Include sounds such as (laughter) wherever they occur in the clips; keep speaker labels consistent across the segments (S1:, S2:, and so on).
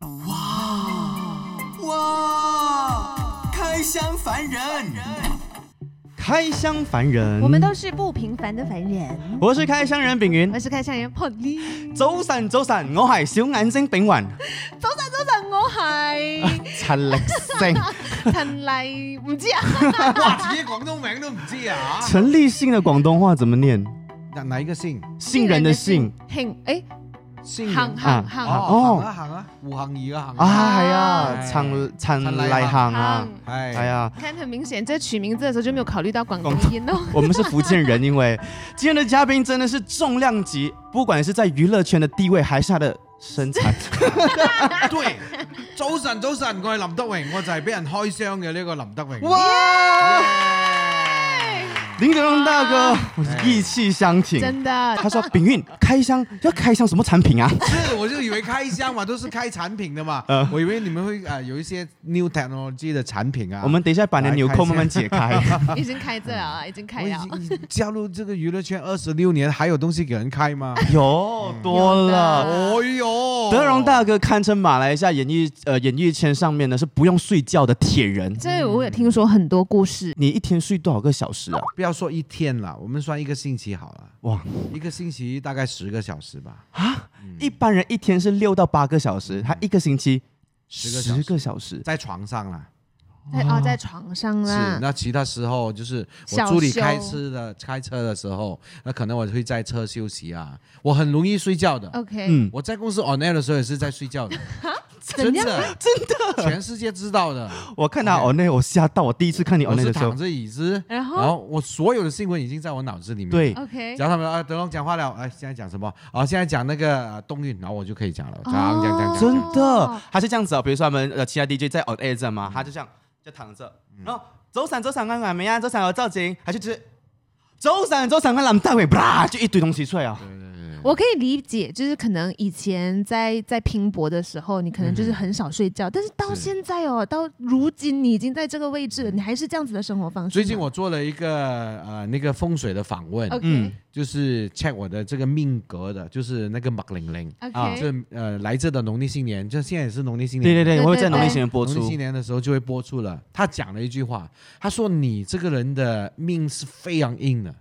S1: 哦箱凡人，
S2: 开箱凡人，
S3: 我们都是不平凡的凡人。
S2: 我是开箱人炳云
S3: 我，是开箱人 p o l
S2: 早晨早晨，我係小眼睛炳雲，
S3: 早晨早晨，我係
S2: 陳力星，
S3: 陳麗，唔知啊，
S1: 哇！自己廣東名都唔知
S2: (laughs)
S1: 啊！
S2: 陳立信的廣東話怎麼念？
S1: 嗱，哪一個姓？
S2: 杏仁的杏
S3: 杏，誒
S1: 姓
S3: 哎行
S2: 啊
S3: 行
S1: 哦，
S3: 行
S2: 哦
S1: 行啊行啊，胡杏兒啊行
S2: 啊，
S1: 啊，
S2: 係啊，
S1: 哎
S2: 陳陳
S1: 陳麗
S2: 麗行啊
S3: 行，，
S1: 係
S2: 係啊。
S3: 看很明顯，在取名字的時候就沒有考慮到廣
S2: 廣
S3: 東音
S2: (laughs)
S3: 哦。
S2: 我们是福建人，因为今天的嘉宾真的是重量级，不管是在娱乐圈的地位，还是他的身
S3: (laughs)
S2: 材，
S1: 啊對，早晨早晨，我係林德榮，我就係俾人開箱嘅呢個林德榮。
S2: 哇！林德荣大哥意气相挺，
S3: 真的，
S2: 他说：“丙运开箱要开箱什么产品啊
S1: 是，我就以为开箱嘛，都是开产品
S2: (laughs)
S1: 的嘛
S2: 嗯，
S1: 我以为你们会啊有一些 new technology 的产品啊？”。
S2: 我们等一下把你的纽扣慢慢解开。
S3: 已經開這了啊，已經
S1: 我
S3: 開
S1: 已
S3: 了。
S1: 经已经加入这个娱乐圈二十六年，还有东西给人开
S2: (laughs)
S1: 吗？
S2: 有多了。
S1: 哦哟，
S2: 德荣大哥堪称马来西亚演艺呃演艺圈上面呢是不用睡觉的铁人。
S3: 这我也听说很多故事，
S2: 你一天睡多少个小时啊？
S1: 不要说一天了，我们算一个星期好了，
S2: 哇，
S1: 一个星期大概十个小时吧。
S2: 一般人一天是六到八个小时，他一个星期
S1: 10个小时
S2: 10个小时。
S1: 在床上啦，
S3: 在哦，在床上
S1: 是
S3: 啦。
S1: 那其他时候就是我
S3: 啊小
S1: 助理
S3: 休
S1: 开车的开车的时候，那可能我会在车休息啊，我很容易睡觉的。
S3: OK，
S2: 嗯，
S1: 我在公司 on air 的时候也是在睡觉的，
S3: (laughs)
S1: 真
S3: 怎样
S1: 的真的，全世界知道的。
S2: 我看他 on air，我吓到我第一次看你 on
S1: 我
S2: air
S1: 是
S2: 的时候
S1: 躺，着椅子，
S3: 然后
S1: 我所有的新闻已经在我脑子里面。
S2: 对，
S3: OK，
S1: 只要他们啊，德龙讲话了，哎，现在讲什么？啊，现在讲那个呃动运，然后我就可以讲了，讲讲讲讲。
S2: 真的
S3: 哦，
S2: 他是这样子啊、比如说他们呃其他 DJ 在 on air 这样嘛，他就这样就躺着，然后走闪走闪看看怎么样，走闪啊有造型，他就直接走闪走闪看蓝大伟，啪就一堆东西出来啊。
S3: 我可以理解，就是可能以前在在拼搏的时候，你可能就是很少睡觉，但是到
S1: 嗯是
S3: 现在哦，到如今你已经在这个位置了，你还是这样子的生活方式吗。
S1: 最近我做了一个呃那个风水的访问，
S3: OK
S1: 就是 check 我的这个命格的，就是那个马玲玲，
S2: 啊
S3: OK，
S1: 这呃来自的农历新年，就现在也是农历新
S2: 对
S1: 年，
S2: 对对，
S3: 对
S2: 我会在
S3: 对
S2: 农历
S3: 对
S2: 新年播
S1: 农历
S2: 出
S1: 新。年的时候就会播出了。他讲了一句话，他说你这个人的命是非常硬的，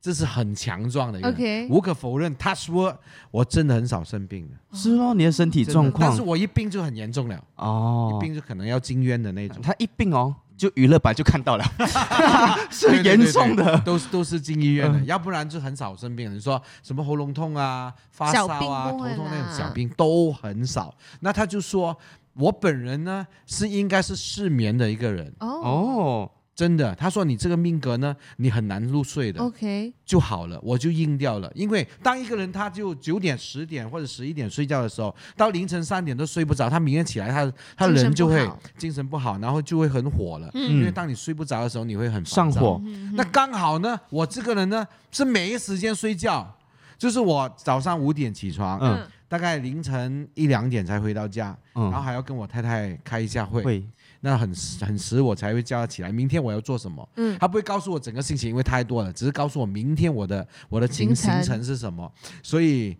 S1: 这是很强壮的一个人
S3: OK
S1: 无可否认，他说我真的很少生病的，
S2: 是哦，你的身体
S1: 真的
S2: 状
S1: 但
S2: 况
S1: 是我一病就很严重了。
S2: 哦
S1: 一，病就可能要进院的那种，
S2: 他一病哦，就娱乐版就看到
S1: (laughs)
S2: 了， (laughs) 是严重
S1: 对对对
S2: 的嗯
S1: 对。都是都是进医院的，要不然就很少生病。你说什么喉咙痛啊、发烧
S3: 小
S1: 啊、
S3: 病
S1: 头
S3: 不会
S1: 痛那种
S3: 啦
S1: 小病都很少。那他就说，我本人呢是应该是失眠的一个人，
S3: 哦
S2: 哦，
S1: 真的。他说你这个命格呢，你很难入睡的，
S3: OK，
S1: 就好了，我就硬掉了。因为当一个人他就九点、十点或者十一点睡觉的时候，到凌晨三点都睡不着，他明天起来他他
S3: 精神
S1: 人就
S3: 不
S1: 会
S3: 好
S1: 精神不好，然后就会很火了。因为
S2: 嗯，
S1: 当你睡不着的时候，你会很烦
S2: 上
S1: 躁
S3: 嗯
S2: 火
S1: 哦那刚好呢，我这个人呢是没时间睡觉，就是我早上五点起床，
S2: 嗯
S1: 大概凌晨一两点才回到家，然后
S2: 嗯，
S1: 还要跟我太太开一下会，
S2: 会
S1: 那很很迟我才会叫她起来，明天我要做什么。
S3: 嗯，
S1: 她不会告诉我整个心情，因为太多了，只是告诉我明天我的我的行
S3: 行程
S1: 行程是什么。所以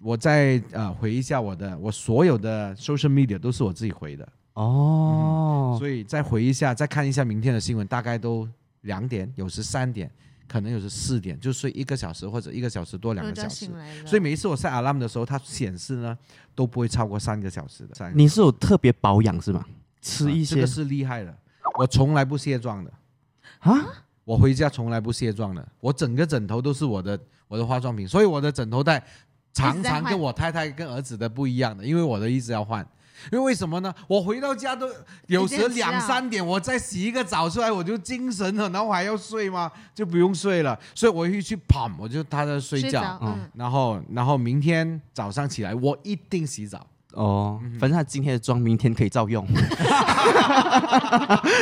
S1: 我再呃回一下我的，我所有的 social media 都是我自己回的，
S2: 哦，
S1: 嗯所以再回一下，再看一下明天的新闻，大概都两点，有时三点，可能有时四点，就睡一个小时或者一个小时多两
S3: 我
S1: 个
S3: 就
S1: 小
S3: 要
S1: 时
S3: 醒。来了。
S1: 所以每一次我 set alarm 的时候，它显示呢都不会超过三个小时的。三个
S2: 你是有特别保养是吗？吃一
S1: 啊
S2: 些
S1: 这个是厉害的，我从来不卸妆的，
S2: 啊？
S1: 我回家从来不卸妆的，我整个枕头都是我的我的化妆品，所以我的枕头带常
S3: 一直在
S1: 常
S3: 换
S1: 跟我太太跟儿子的不一样的，因为我的一直要换。因为为什么呢？我回到家都有
S3: 已经
S1: 时
S3: 很迟啊
S1: 两三点，我再洗一个澡出来，我就精神了，然后我还要睡吗？就不用睡了，所以我一去 pump，我就踏着睡觉，哦
S3: 着
S2: 嗯
S3: 嗯，
S1: 然后然后明天早上起来我一定洗澡。
S2: 哦，
S1: 嗯
S2: 反正他今天的妆明天可以照
S1: (laughs)
S2: 用，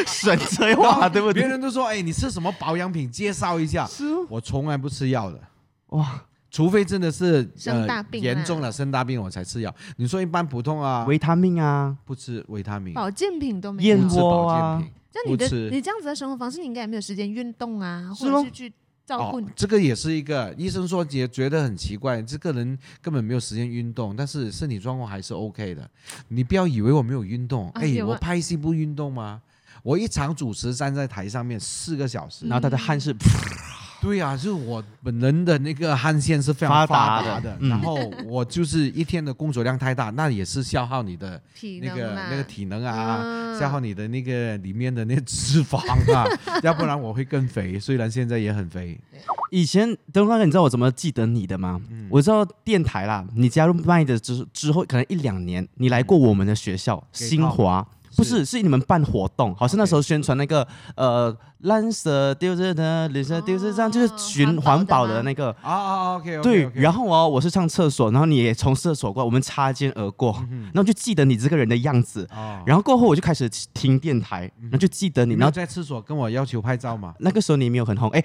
S2: 省这话 (laughs) 对不
S1: 别
S2: 对？
S1: 人都说，哎，你吃什么保养品？介绍一下。我从来不吃药的，
S2: 哇，
S1: 除非真的是
S3: 生大病
S1: 呃、
S3: 啊
S1: 严重了生大病我才吃药。你说一般普通啊，
S2: 维他命啊，
S1: 不吃维他命，
S3: 保健品都没
S2: 燕
S3: 有
S1: 不。吃
S2: 窝
S1: 保
S2: 啊
S1: 健品，
S3: 那你的
S1: 不吃
S3: 你这样子的生活方式，你应该也没有时间运动啊，
S2: 是
S3: 或者
S2: 咯
S3: 是去照顾你。
S1: 哦这个也是一个医生说也觉得很奇怪，这个人根本没有时间运动，但是身体状况还是 OK 的。你不要以为我没有运动，
S3: 啊
S1: 哎、
S3: 有啊
S1: 我拍戏不运动吗？我一场主持站在台上面四个小时，
S2: 然后他的汗是
S1: 对啊，就是我本人的那个汗腺是非常
S2: 发达
S1: 发
S2: 的
S1: 达
S2: 嗯
S1: 然后我就是一天的工作量太大，那也是消耗你的
S3: 体
S1: 那
S2: 啊
S3: 能
S1: 个
S3: 嘛
S1: 哦那个体能啊，
S3: 嗯
S1: 消耗你的那个里面的那脂肪
S2: (laughs)
S1: 啊，要不然我会更肥，虽然现在也很肥。
S2: 以前灯光哥，你知道我怎么记得你的吗？
S1: 嗯
S2: 我知道电台啦，你加入麦的之之后，可能一两年，你来过我们的学校
S1: 给
S2: 新华，不是
S1: 是
S2: 是你们办活动，好像那
S1: OK
S2: 时候宣传那个呃蓝色丢着呢，绿色丢着这样，就是循环
S3: 环
S2: 保
S3: 保的吗
S2: 的那个。
S1: 啊啊，OK，
S2: 对，然
S1: 后
S2: 后哦，我是上厕所，然后你也从厕所过来，我们擦肩而过，然后就记得你这个人的样子，
S1: 嗯哦，嗯
S2: 然后过后我就开始听电台，然后就记得你，然
S1: 你们
S2: 后
S1: 在厕所跟我要求拍照嘛？
S2: 那个时候你没有很红， (laughs) 哎，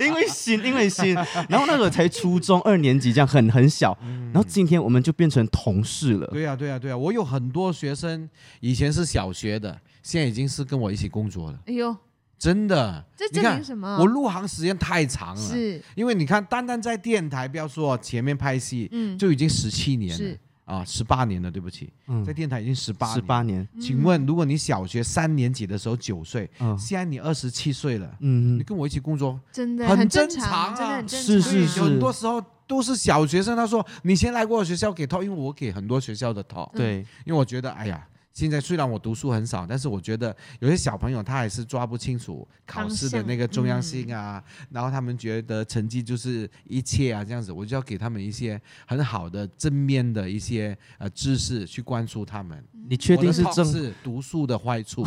S2: 因为新，因为新，然后那时候才初中二年级，这样很很小，然后今天我们就变成同事了。
S1: 对呀、对呀、对呀、我有很多学生以前是小学的，现在已经是跟我一起工作了，
S3: 哎呦，
S1: 真的。
S3: 这
S1: 你
S3: 证
S1: 看
S3: 明，什么？
S2: 嗯
S1: 我入行时间太长了，
S3: 是
S1: 因为你看，单单在电台，不要说前面拍戏，
S3: 嗯，
S1: 就已经十七年了
S3: 是
S1: 啊，十八年了，对不起，
S2: 嗯
S1: 在，电台已经十八
S2: 十八年，
S1: 请问，如果你小学三年级的时候九岁，
S2: 嗯
S1: 现在你二十七岁了，
S2: 嗯
S1: 你，跟我一起工作，
S3: 真的
S1: 很
S3: 正
S1: 正常啊
S3: 真的很正常。
S2: 是
S1: 所以
S2: 是是
S1: 有很多时候都是小学生。他说：“你先来过我学校给 talk，因为我给很多学校的 talk，、
S3: 嗯
S2: 对，
S1: 因为我觉得，哎呀。”现在虽然我读书很少，但是我觉得有些小朋友他还是抓不清楚考试的那个重要性啊，然后他们觉得成绩就是一切啊，这样子，我就要给他们一些很好的正面的一些呃知识去灌输他们。
S2: 你确定是
S1: 我的 talk
S2: 正？
S1: 是读书的坏处？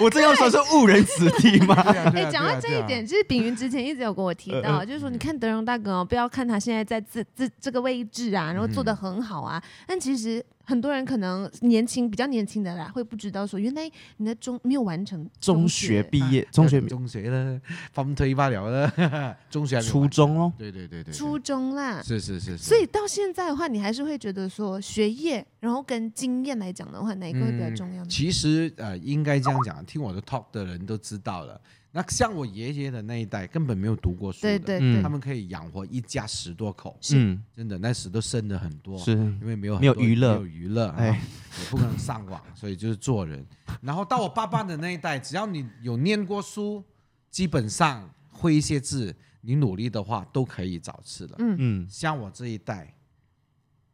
S2: 我正要说是误人子弟吗？ (laughs)
S1: 对啊对
S3: 哎、
S1: 啊
S3: 讲
S1: 对
S3: 到
S1: 啊
S3: 这
S1: 对
S3: 一
S1: 啊嗯
S3: 点，就是炳云之前一直有跟我提到，就是说你看德容大哥哦，不要看他现在在这这这个位置啊，然后
S1: 嗯
S3: 做的很好啊，但其实很多人可能年轻比较年轻的啦，会不知道说原来你的中没有完成
S2: 中学
S3: 学啊
S2: 毕业，中学
S1: 中学了，分推罢了了， (laughs) 中学还没有
S2: 初
S1: 完，
S2: 中咯，
S1: 对对对对，
S3: 初中啦
S1: 对，是是是，是
S3: 所以到现在的话，你还是会觉得说学业，然后跟经验来讲的话，哪一个会比
S1: 嗯
S3: 较重要呢？
S1: 其实呃，应该这样讲，听我的 talk 的人都知道了。那像我爷爷的那一代，根本没有读过书的，
S3: 对对
S2: 嗯
S3: 对，
S1: 他们可以养活一家十多口，
S2: 嗯，
S1: 真的那时都生的很多，
S2: 是，
S1: 因为没有很
S2: 没有
S1: 多
S2: 娱乐
S1: 没有娱乐，哎，
S2: 哎，
S1: 也不可能上网，所以就是做人。然后到我爸爸的那一代，只要你有念过书，基本上会一些字，你努力的话都可以找吃的。
S2: 嗯，
S1: 像我这一代，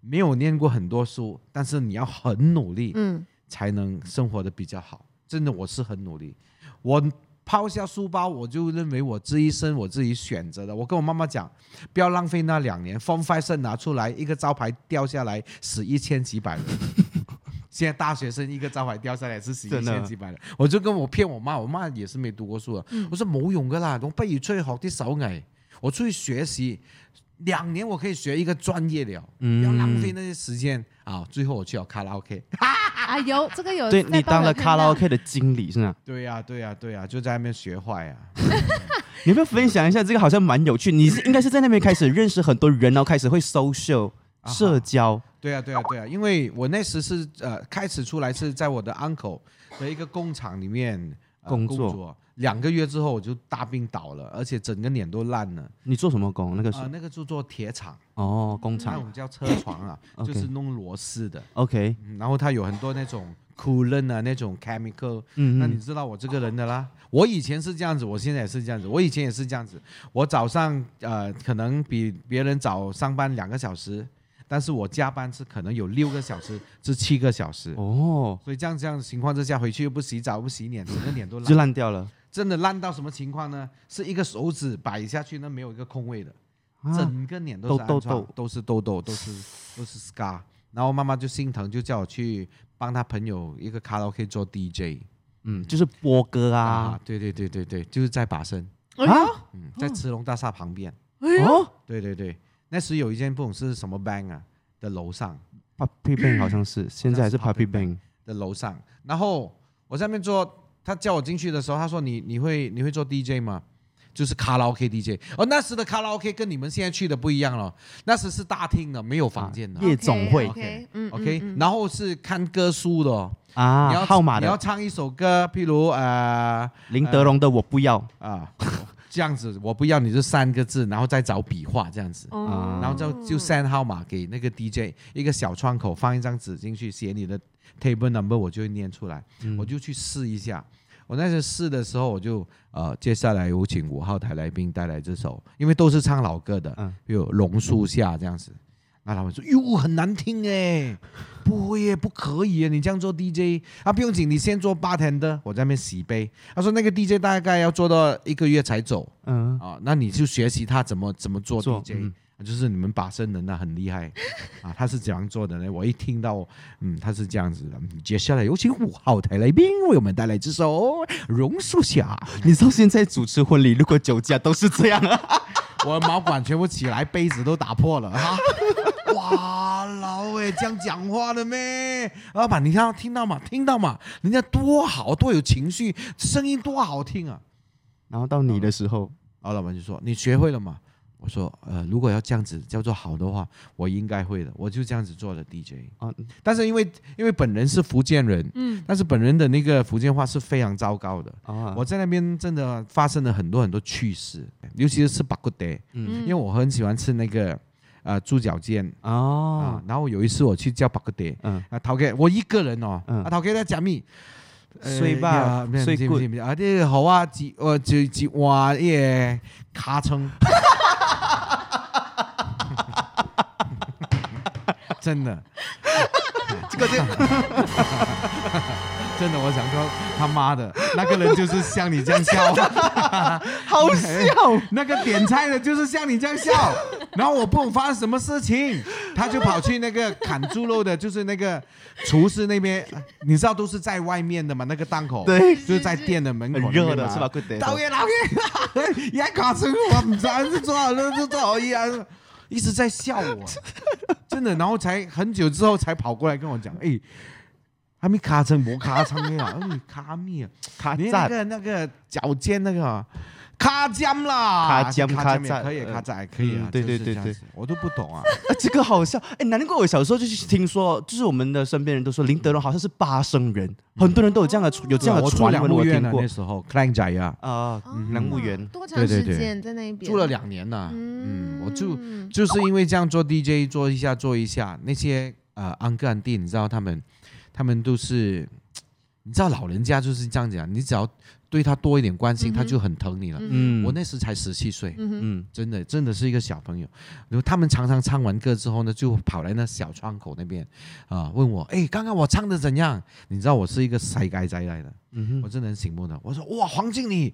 S1: 没有念过很多书，但是你要很努力
S3: 嗯，
S1: 才能生活的比较好。真的，我是很努力。我抛下书包，我就认为我这一生我自己选择的。我跟我妈妈讲，不要浪费那两年。Form Five 生拿出来，一个招牌掉下来，死一千几百人。 (laughs) 现在大学生一个招牌掉下来是死一
S2: 真的
S1: 千几百人，我就跟我骗我妈，我妈也是没讀過書啊。我說冇用噶啦，我不如出去學啲手藝，我出去學習兩年我可以學一個專業了，
S2: 嗯
S1: 不要浪費那些時間啊。最後我去了卡拉 OK，
S3: 啊有这个有
S2: 嗯对
S3: 在
S2: 你
S3: 报
S2: 当
S3: 道
S2: 了
S3: 看
S2: 卡拉
S3: 到
S2: OK 的经理是吗？
S1: 对呀、對对呀、對呀、就在那边學壞啊。
S2: 你要不要分享一下？这个好像蛮有趣。你是应该是在那边开始认识很多人，然后开始会 social
S1: 啊哈
S2: 社交。
S1: 对呀、对呀、对呀、因为我那时是呃开始出来是在我的 uncle 的一个工厂里面、呃
S2: 工作
S1: 作两个月之后我就大病倒了，而且整个脸都烂了。
S2: 你做什么工？那个是、
S1: 啊，那个就做铁厂，
S2: 哦，工
S1: 那我
S2: 厂。
S1: 们叫车床啊
S2: OK
S1: 就是弄螺丝的。
S2: OK，
S1: 嗯然后它有很多那种 coolant 啊，那种 chemical。
S2: 嗯，
S1: 那你知道我这个人的啦，我以前是这样子，我现在也是这样子，我以前也是这样子。我早上呃，可能比别人早上班两个小时，但是我加班是可能有六个小时至七个小时。
S2: 哦，
S1: 所以这样这样的情况之下，回去又不洗澡，又不洗脸，整个脸都烂
S2: 就烂掉了。
S1: 真的烂到什么情况呢？是一个手指摆下去，那没有一个空位的，
S2: 啊、
S1: 整个脸都
S2: 痘
S1: 是暗
S2: 痘
S1: 疮，都是痘痘，都是都是 scar。然后妈妈就心疼，就叫我去帮她朋友一个卡拉 OK 做 DJ
S2: 嗯，就是波哥啊。，
S1: 对对对对对，就是在把生，
S3: 哎呦
S2: 啊
S1: 嗯，在慈龙大厦旁边。
S3: 哎呦
S2: 哦，
S1: 对对对，那时有一间不懂是什么 bank 啊的楼上
S2: Puppy Bang 好像是，现在还是 Puppy
S1: Puppy
S2: Bang。
S1: 的楼上，然后我在那边做，他叫我进去的时候，他说你你会你会做 DJ 吗？就是卡拉 OK DJ，哦，那时的卡拉 OK 跟你们现在去的不一样了，那时是大厅的，没有房间的。
S2: 啊夜总会
S3: OK，嗯
S1: OK，、然后是看歌书的、哦，你
S2: 啊，
S1: 要
S2: 号码
S1: 你要
S2: 的
S1: 唱一首歌，譬如呃
S2: 林德龙的我不要，
S1: 啊，这样子，我不要你这三个字，然后再找笔画这样子，
S3: 哦，
S1: 然后就就 send 号码给那个 DJ，一个小窗口放一张纸进去，写你的 table number，我就会念出来，我就去试一下。我那时候试的时候，我就呃，接下来有请五号台来宾带来这首，因为都是唱老歌的，
S2: 嗯
S1: 有《榕树下》这样子。那他们说：“哟，很难听哎， (laughs) 不会耶，不可以耶，你这样做 DJ 啊，不用紧，你先做八天的，我在那边洗杯。”他说：“那个 DJ 大概要做到一个月才走
S2: 嗯，
S1: 啊，那你就学习他怎么怎么做
S2: 做
S1: DJ，
S2: 嗯
S1: 啊就是你们把声人啊很厉害啊，他是怎样做的呢？我一听到，嗯，他是这样子的。嗯接下来有请五号台来宾为我们带来这首《榕树下》。”
S2: 你知道现在主持婚礼，如果酒驾都是这样啊， (laughs)
S1: 我的毛管全部起来，杯子都打破了哈。 (laughs) 哇，老哎，这样讲话的咩？老板，你看到听到吗？听到吗？人家多好，多有情绪，声音多好听啊！
S2: 然后到你的时候，
S1: 然后老板就说：“你学会了吗？”我说：“呃，如果要这样子叫做好的话，我应该会的。我就这样子做了 DJ。
S2: 啊，
S1: 但是因为因为本人是福建人，
S3: 嗯，
S1: 但是本人的那个福建话是非常糟糕的。
S2: 啊，
S1: 我在那边真的发生了很多很多趣事，尤其是吃巴骨爹。
S2: 嗯，
S1: 因为我很喜欢吃那个呃猪脚煎啊
S2: 哦，。
S1: 然后有一次我去叫巴克爹，
S2: 嗯
S1: 啊陶哥，我一个人哦，
S2: 嗯
S1: 啊陶哥在呃加密。
S2: 水吧水
S1: 水
S2: 骨
S1: 骨啊！这个好啊，几呃几几哇耶，卡称， (laughs) 真的
S2: 这
S1: (laughs)
S2: 个这个
S1: 真的，我想说他妈的那个人就是像你这样笑，
S2: 好笑，
S1: 那个点菜的就是像你这样笑，然后我不懂发生什么事情，他就跑去那个砍猪肉的，就是那个厨师那边，你知道都是在外面的嘛，那个档口，
S2: 对
S1: 就是在店的门口
S2: 很
S1: 那边
S2: 热的
S1: 嘛
S2: 是吧？？good day
S1: 导演，导演，也卡成我唔知是做好了就做好一样，一直在笑我，真的，然后才很久之后才跑过来跟我讲，哎。还没卡成，没卡成没有，哎，卡密啊！
S2: 卡
S1: 你那
S2: 赞，
S1: 个那个脚尖那个啊卡尖啦，
S2: 卡尖
S1: 卡也
S2: 卡
S1: 可以，
S2: 赞
S1: 卡赞也可以啊
S2: 嗯。对
S1: 就
S2: 对
S1: 是
S2: 对
S1: 这样子，我都不懂
S2: (laughs)
S1: 啊。
S2: 啊，这个好笑，哎，难怪我小时候就是听说，就是我们的身边人都说林德荣好像是巴生人，很多人都有这样的有这样的
S1: 哦我住
S2: 传
S1: 两
S2: 闻，
S1: 木
S2: 我
S1: 院
S2: 听
S1: 呢，
S2: 过
S1: 那时候 Clan 仔呀，
S2: 啊，梁木园
S3: 哦多长
S1: 对对
S3: 时
S1: 对
S3: 间在那边
S1: 住了，两年呢。嗯，我就就是因为这样做 DJ 做一下做一下，那些呃安哥安弟，你知道他们，他们都是，你知道老人家就是这样讲，你只要对他多一点关心，
S3: 嗯哼
S1: 他就很疼你了。
S2: 嗯，
S1: 我那时才十七岁，
S3: 嗯哼，
S2: 嗯
S1: 真的真的是一个小朋友。然后他们常常唱完歌之后呢，就跑来那小窗口那边啊、问我：“哎，刚刚我唱的怎样？”你知道我是一个塞该仔来的，
S2: 嗯
S1: 我
S2: 哼，
S1: 真的很醒目的。我说：“哇，黄经理，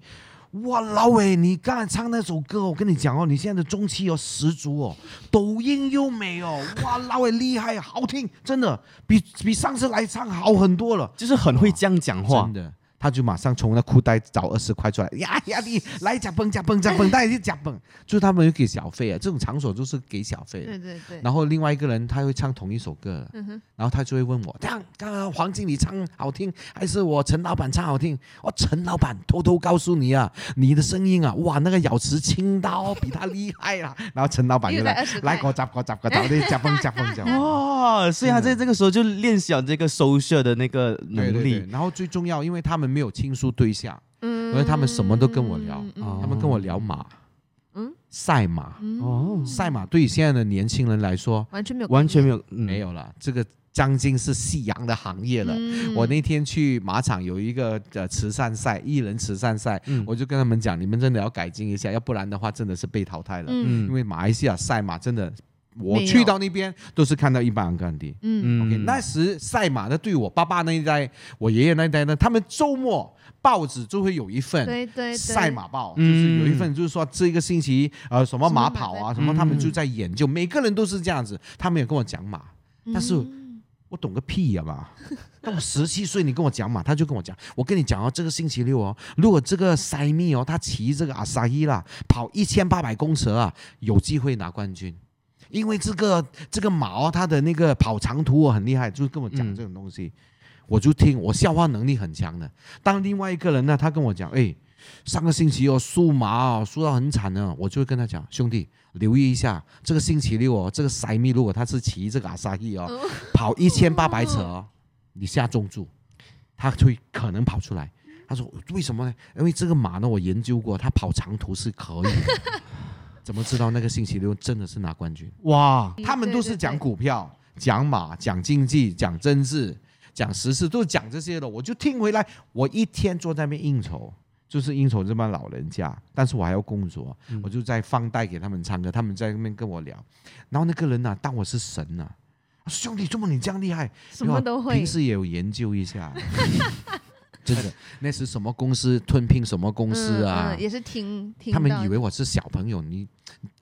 S1: 哇，老伟，你刚才唱那首歌，我跟你讲哦，你现在的中气哦十足哦，抖音优美哦，哇，老伟厉害，好听，真的比比上次来唱好很多了。”
S2: 就是很会这样讲话
S1: 真，的，他就马上从那裤袋找二十块出来，呀呀你来加蹦加蹦加蹦，大家就加蹦，就是他们有给小费啊，这种场所就是给小费的
S3: 对。对对，
S1: 然后另外一个人他会唱同一首歌，然后他就会问我，这样刚刚黄经理唱好听，还是我陈老板唱好听？我陈老板偷偷告诉你啊，你的声音啊，哇，那个咬词清刀比他厉害啊。然后陈老板就来
S3: (laughs) 又来20块
S1: 来给我夹给我夹给我
S3: (laughs)
S1: 夹，你夹蹦夹蹦夹蹦。
S2: 哇，所以他
S1: 嗯
S2: 在这个时候就练习了这个 social 的那个
S1: 对
S2: 能
S1: 对对
S2: 力，，
S1: 然后最重要，因为他们没有倾诉对象，
S3: 嗯
S1: 因为他们什么都跟我聊
S2: 哦
S1: 他们跟我聊马，
S3: 嗯，
S1: 赛马，
S2: 哦，
S1: 赛马对于现在的年轻人来说
S3: 完全没有
S2: 嗯完全没有没
S1: 没，有了，这个将近是夕阳的行业了。
S3: 嗯
S1: 我那天去马场有一个呃慈善赛，艺人慈善赛，
S2: 嗯
S1: 我就跟他们讲，你们真的要改进一下，要不然的话真的是被淘汰了。
S3: 嗯
S1: 因
S2: 嗯
S1: 为马来西亚赛马真的，我
S3: 没有
S1: 去到那边都是看到一般安甘迪。
S3: 嗯
S2: 嗯
S1: OK，那时赛马的，对我爸爸那一代，我爷爷那一代呢，他们周末报纸就会有一份，
S3: 对对对
S1: 赛马报，就
S2: 嗯
S1: 是有一份，就是说这个星期呃什么马跑啊，
S3: 什
S1: 什
S2: 么马
S1: 么
S2: 赛
S1: 他们就在研究，每个人都是这样子。他们也跟我讲马，但是
S3: 嗯
S1: 我懂个屁呀、嘛！ (laughs) 那我十七岁，你跟我讲马，他就跟我讲，我跟你讲哦，这个星期六哦，如果这个塞密哦，他骑这个阿萨伊啦，跑一千八百公尺啊，有机会拿冠军。因为这个这个马哦，他的那个跑长途哦很厉害，就是跟我讲
S2: 嗯
S1: 这种东西，我就听，我消化能力很强的。当另外一个人呢，他跟我讲，哎，上个星期哦，输麻哦，输到很惨呢，我就会跟他讲，兄弟，留意一下，这个星期六哦，这个塞密如果他是骑这个阿萨伊哦，跑一千八百尺哦，你下重注，他会可能跑出来。他说为什么呢？因为这个马呢，我研究过，它跑长途是可以的。 (laughs) 怎么知道那个星期六真的是拿冠军？
S2: 哇，
S3: 嗯
S1: 他们都是讲股票、讲马、讲经济、讲政治、讲时事，都是讲这些的。我就听回来，我一天坐在那边应酬，就是应酬这帮老人家，但是我还要工作，我就在放贷给他们唱歌，他们在那边跟我聊。然后那个人呐、啊当我是神呐、他说兄弟，怎么你这样厉害？
S3: 什么都会
S1: 平。时也有研究一下。 (laughs) 真的，那时什么公司吞并什么公司啊？
S3: 嗯嗯也是听听
S1: 他们
S3: 到
S1: 以为我是小朋友，你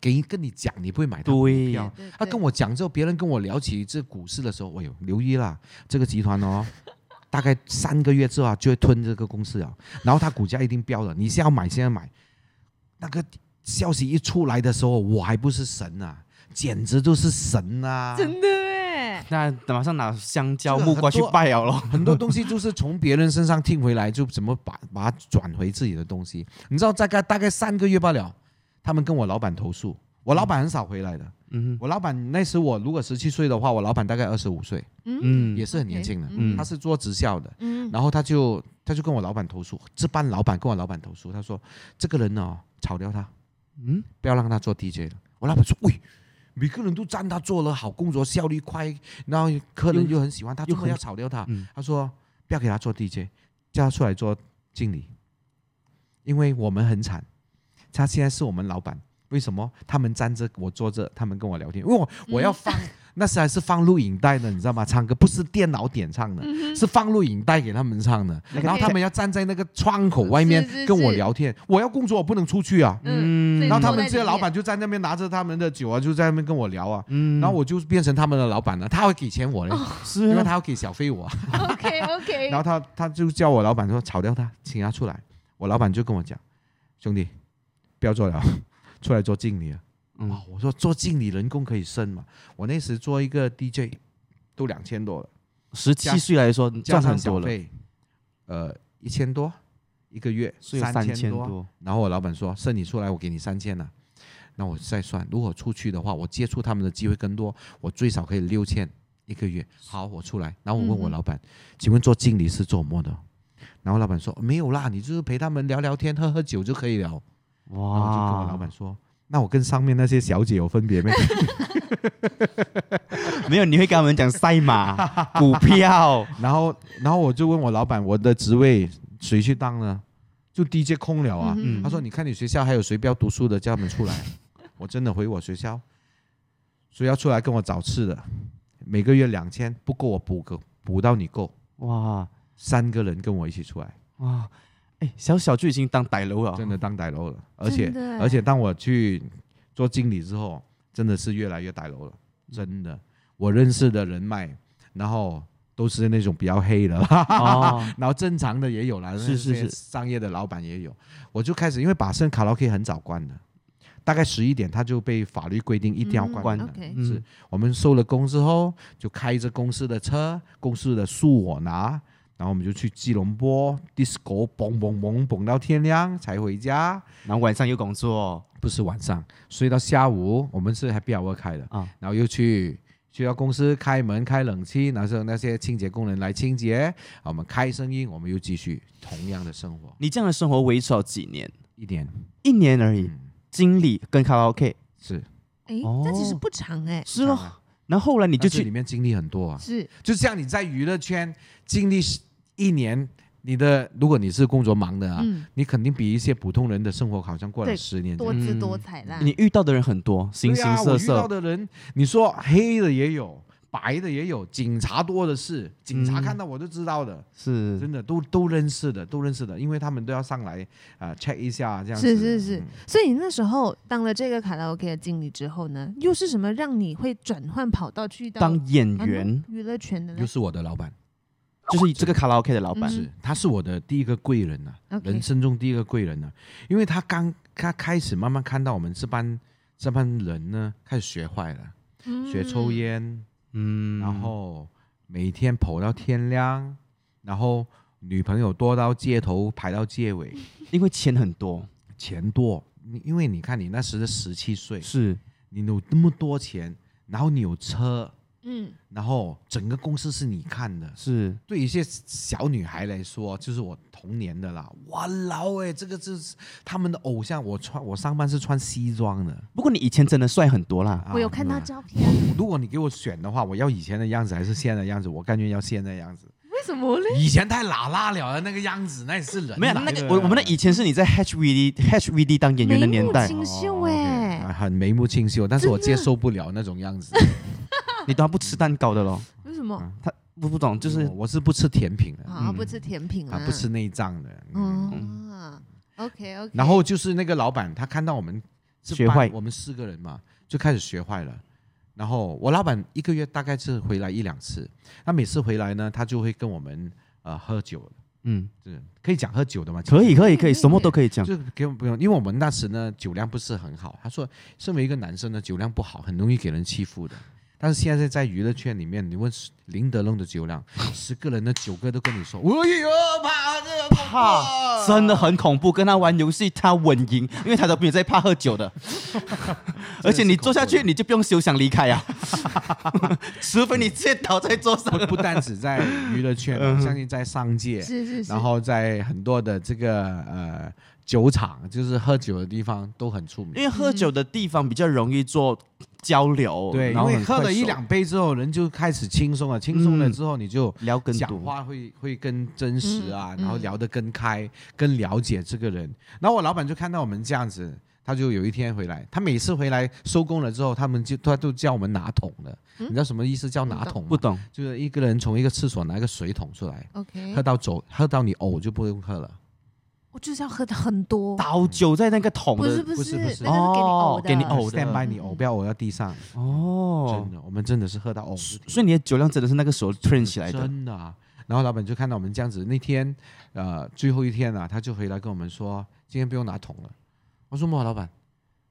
S1: 给跟你讲，你不会买他股
S2: 对
S1: 票。
S3: 对对
S1: 他跟我讲之后，别人跟我聊起这股市的时候，哎呦，留意啦，这个集团哦， (laughs) 大概三个月之后啊就会吞这个公司啊，然后它股价一定飙了，你现在要买，现在买。那个消息一出来的时候，我还不是神啊，简直就是神啊！
S3: 真的哎，
S2: 那马上拿香蕉、
S1: 这个
S2: 木瓜
S1: 很
S2: 去
S1: 多
S2: 拜了咯。
S1: 很多东西就是从别人身上听回来，就怎么把把它转回自己的东西。你知道，大概大概三个月罢了，他们跟我老板投诉，我老板很少回来的。
S2: 嗯
S1: 我老板那时我如果十七岁的话，我老板大概二十五岁，
S3: 嗯
S2: 嗯
S1: 也是很年轻的。
S3: OK，
S2: 嗯
S1: 他是做直销的，
S3: 嗯，
S1: 然后他就他就跟我老板投诉，这班老板跟我老板投诉，他说这个人呢、哦，炒掉他，
S2: 嗯，
S1: 不要让他做 DJ 了。我老板说，喂。每个人都赞他做了好工作，效率快，然后客人又很喜欢
S2: 嗯
S1: 他，
S2: 又
S1: 怎么
S2: 很
S1: 要炒掉他？
S2: 嗯
S1: 他说不要给他做 DJ，叫他出来做经理，因为我们很惨。他现在是我们老板，为什么？他们站着，我坐着，他们跟我聊天，因为我我要放，那时还是放录影带的，你知道吗？唱歌不是电脑点唱的，是放录影带给他们唱的，
S2: 那
S3: 嗯个
S1: 然后他们要站在那个窗口外面
S3: 是是
S1: 跟我
S3: 是
S1: 聊天。我要工作，我不能出去啊。
S3: 嗯
S2: 嗯
S1: 然后他
S3: 坐在
S1: 们
S3: 里
S1: 这些老
S3: 面
S1: 板就在那边拿着他们的酒啊，就在那边跟我聊啊。
S2: 嗯
S1: 然后我就变成他们的老板了，他会给钱我
S3: 哦
S1: 嘞，
S2: 是
S1: 因为
S2: 啊
S1: 他要给小费我啊。
S3: OK OK，
S1: (laughs) 然后他他就叫我老板说炒掉他，请他出来。我老板就跟我讲，兄弟，不要做了，出来做经理了。
S2: 嗯
S1: 啊，我说做经理人工可以升嘛？我那时做一个 DJ 都两千多了，
S2: 十
S1: 加
S2: 七岁来说赚
S1: 加上
S2: 很多
S1: 小
S2: 了，
S1: 费，呃，一千多一个月，
S2: 所以有
S1: 三
S2: 千
S1: 多。，然后我老板说剩你出来，我给你三千呢、那我再算，如果出去的话，我接触他们的机会更多，我最少可以六千一个月。好，我出来，然后我问我
S3: 嗯哼
S1: 老板，请问做经理是做什么的？然后老板说没有啦，你就是陪他们聊聊天、喝喝酒就可以了。然后我就跟我老
S2: 哇
S1: 板，说，那我跟上面那些小姐有分别没？
S2: 没有，你会跟他们讲赛马、 (laughs) 股票，
S1: 然后，然后我就问我老板，我的职位谁去当呢？就 DJ 空了啊。
S3: 嗯哼
S1: 他说：“你看你学校还有谁不要读书的，叫他们出来。”我真的回我学校，所以要出来跟我找吃的，每个月两千不够，我补个补到你够。
S2: 哇
S1: 三个人跟我一起出来，
S2: 哇，哎，小小就已经当歹楼了，
S1: 哦真的当歹楼了。而且
S3: 真的
S1: 而且当我去做经理之后，真的是越来越歹楼了，真的。我认识的人脉，然后都是那种比较黑的。 (laughs)
S2: 哦，
S1: 然后正常的也有啦，
S2: 是是
S1: 那些
S2: 是
S1: 商业的老板也有。我就开始，因为把圣卡拉 OK 很早关的，大概十一点他就被法律规定一定要关
S2: 关
S1: 的。
S3: OK，
S2: 嗯
S1: 是我们收了工之后，就开着公司的车，公司的树我拿，然后我们就去吉隆坡 disco 蹦蹦蹦蹦到天亮才回家，
S2: 然后晚上有工作，
S1: 不是晚上，睡到下午，我们是 happy hour 开的
S2: 啊
S1: 然后又去去到公司开门开冷气，然后那些清洁工人来清洁，啊我们开声音，我们又继续同样的生活，
S2: 你这样的生活维持了几年？
S1: 一点
S2: 一年而已
S1: 嗯，
S2: 经理跟卡拉 OK
S1: 是，
S3: 哎，
S2: 哦
S3: 那其实不长哎，
S2: 是
S1: 当然
S2: 咯，然后后来你
S1: 你
S2: 就
S1: 里
S2: 去，
S1: 面经历很多啊，
S3: 是
S1: 就像你在娱乐圈经历一年，你的如果你是工作忙的啊，
S3: 嗯，
S1: 你肯定比一些普通人的生活好像过了
S3: 对
S1: 十年这
S3: 多
S1: 样。
S3: 姿多彩啦。
S2: 你遇到的人很多，形
S1: 对
S2: 形色
S1: 啊、我遇到
S2: 色，
S1: 的人，你说黑的也有，白的也有，警察多的是，警察
S3: 嗯
S1: 看到我就知道的。
S2: 是
S1: 真的都都认识的，都认识的，因为他们都要上来啊、呃 check 一下这样子。
S3: 是是是
S1: 嗯，
S3: 所以你那时候当了这个卡拉 OK 的经理之后呢，又是什么让你会转换跑道去到
S2: 当演
S3: 啊
S1: 嗯
S2: 员，
S3: 娱乐圈的
S1: 又
S3: 呢？
S1: 是我的老板，
S2: 就是这个卡拉 OK 的老板
S3: 嗯，
S1: 是他是我的第一个贵人呐、
S3: OK
S1: 人生中第一个贵人呐、啊因为他刚他开始慢慢看到我们这班这班人呢开始学坏了，学抽烟，
S2: 嗯，
S1: 然后每天跑到天亮，然后女朋友多到街头排到街尾，
S3: 嗯
S2: 因为钱很多，
S1: 钱多，你因为你看你那时是十七岁，
S2: 是
S1: 你有那么多钱，然后你有车，
S3: 嗯，嗯，
S1: 然后整个公司是你看的。
S2: 是
S1: 对一些小女孩来说，就是我童年的啦。哇老哎、这个就是他们的偶像。我穿我上班是穿西装的。
S2: 不过你以前真的帅很多啦，
S1: 啊
S3: 我有看到
S1: 对
S3: 照片，
S1: 如果你给我选的话，我要以前的样子还是现在的样子？我感觉要现在的样子。
S3: 为什么嘞？
S1: 以前太喇喇了，那个样子那也是人来的。
S2: 没有那个我我们的以前是你在 HVD HVD 当演员的年代
S3: 眉，目清秀
S1: 哦
S3: 哎，
S1: ，OK，很眉目清秀，但是我接受不了那种样子。
S2: 你都还不吃蛋糕的咯，
S3: 为什
S1: 嗯
S3: 么
S2: 不不懂 (laughs) 就是
S1: 我我是不吃甜品的，
S3: 啊？
S2: 嗯
S3: 不吃甜品
S1: 啊
S3: 啦，
S1: 不吃内脏的。嗯，
S3: 嗯 OK OK，
S1: 然后就是那个老板，他看到我们是
S2: 学
S1: 班
S2: 坏
S1: 我们四个人嘛，就开始学坏了。然后我老板一个月大概是回来一两次，他每次回来呢，他就会跟我们呃喝酒，
S2: 嗯，
S1: 就是可以讲喝酒的嘛，
S2: 可以可以可
S3: 可以
S2: 以，什么都可以讲，
S1: 就给我们不用，因为我们那时呢酒量不是很好。他说，身为一个男生呢，酒量不好，很容易给人欺负的。但是现在在娱乐圈里面，你问林德龙的酒 (laughs) 量，十个人的九个都跟你 (laughs) 说，我有怕哎这个
S2: 怕真的很恐怖，跟他玩游戏他稳赢，因为他的朋友在怕喝酒
S1: (laughs)
S2: 的，而且你坐下去你就不用休想离开呀、 (laughs) 除非你直接倒在桌上。
S1: 不不单只在娱乐圈，我相信在商界，
S3: 是是是，
S1: 然后在很多的这个呃酒厂，就是喝酒的地方都很出
S2: 因
S1: 名。
S2: 为喝酒的地方比较容易做交流，然
S1: 对，因
S2: 后
S1: 为
S2: 很快
S1: 喝了一
S2: 熟
S1: 两杯之后，人就开始轻松了，轻松了
S2: 嗯
S1: 之后你就。
S2: 聊更
S1: 讲
S2: 多，
S1: 话会会更真实啊，
S3: 嗯
S1: 然后聊得更开，更了解这个人。然后我老板就看到我们这样子，他就有一天回来，他每次回来收工了之后，他们就他都叫我们拿桶的，
S3: 嗯
S1: 你知道什么意思叫拿桶吗？
S2: 不懂
S1: 就是一个人从一个厕所拿一个水桶出来，
S3: OK，
S1: 喝到走，喝到你呕就不用喝了。
S3: 我就是要喝的很多，
S2: 倒酒在那个桶
S3: 不是
S2: 的
S3: 不
S1: 不是不是
S3: 那个
S2: 哦
S3: 是给
S2: 给
S3: 你
S2: 你
S3: 呕的，
S2: 呕的
S1: stand by 你
S3: 嗯
S1: 呕，不要呕到地上。
S2: 哦
S1: 真，的，我们真的是喝到呕就
S2: 所所以你的酒量真的是那个时候 train 起来的，
S1: 真的啊。然后老板就看到我们这样子，那天呃最后一天啊，他就回来跟我们说，今天不用拿桶了。我说莫老板，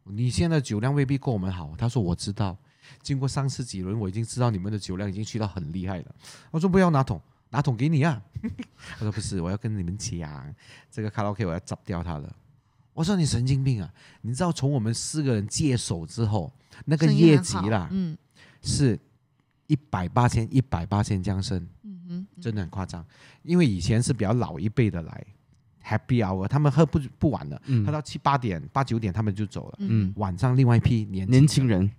S1: 你现在酒量未必够我们好。他说我知道，经过上次几轮，我已经知道你们的酒量已经去到很厉害了。我说不要拿桶，拿桶给你啊。 (laughs) 他说不是，我要跟你们讲，这个卡拉 OK 我要砸掉它了。我说你神经病啊！你知道从我们四个人接手之后，那个
S3: 生意
S1: 业
S3: 很
S1: 绩
S3: 好
S1: 啦，
S3: 嗯
S1: 是一百八千一百八千降升。
S3: 嗯嗯，
S1: 真的很夸张。因为以前是比较老一辈的来 Happy Hour，他们喝不不晚了，
S2: 嗯
S1: 喝到七八点、八九点他们就走了。
S3: 嗯
S2: 嗯
S1: 晚上另外一批年
S2: 年
S1: 轻
S2: 轻
S1: 人
S2: 人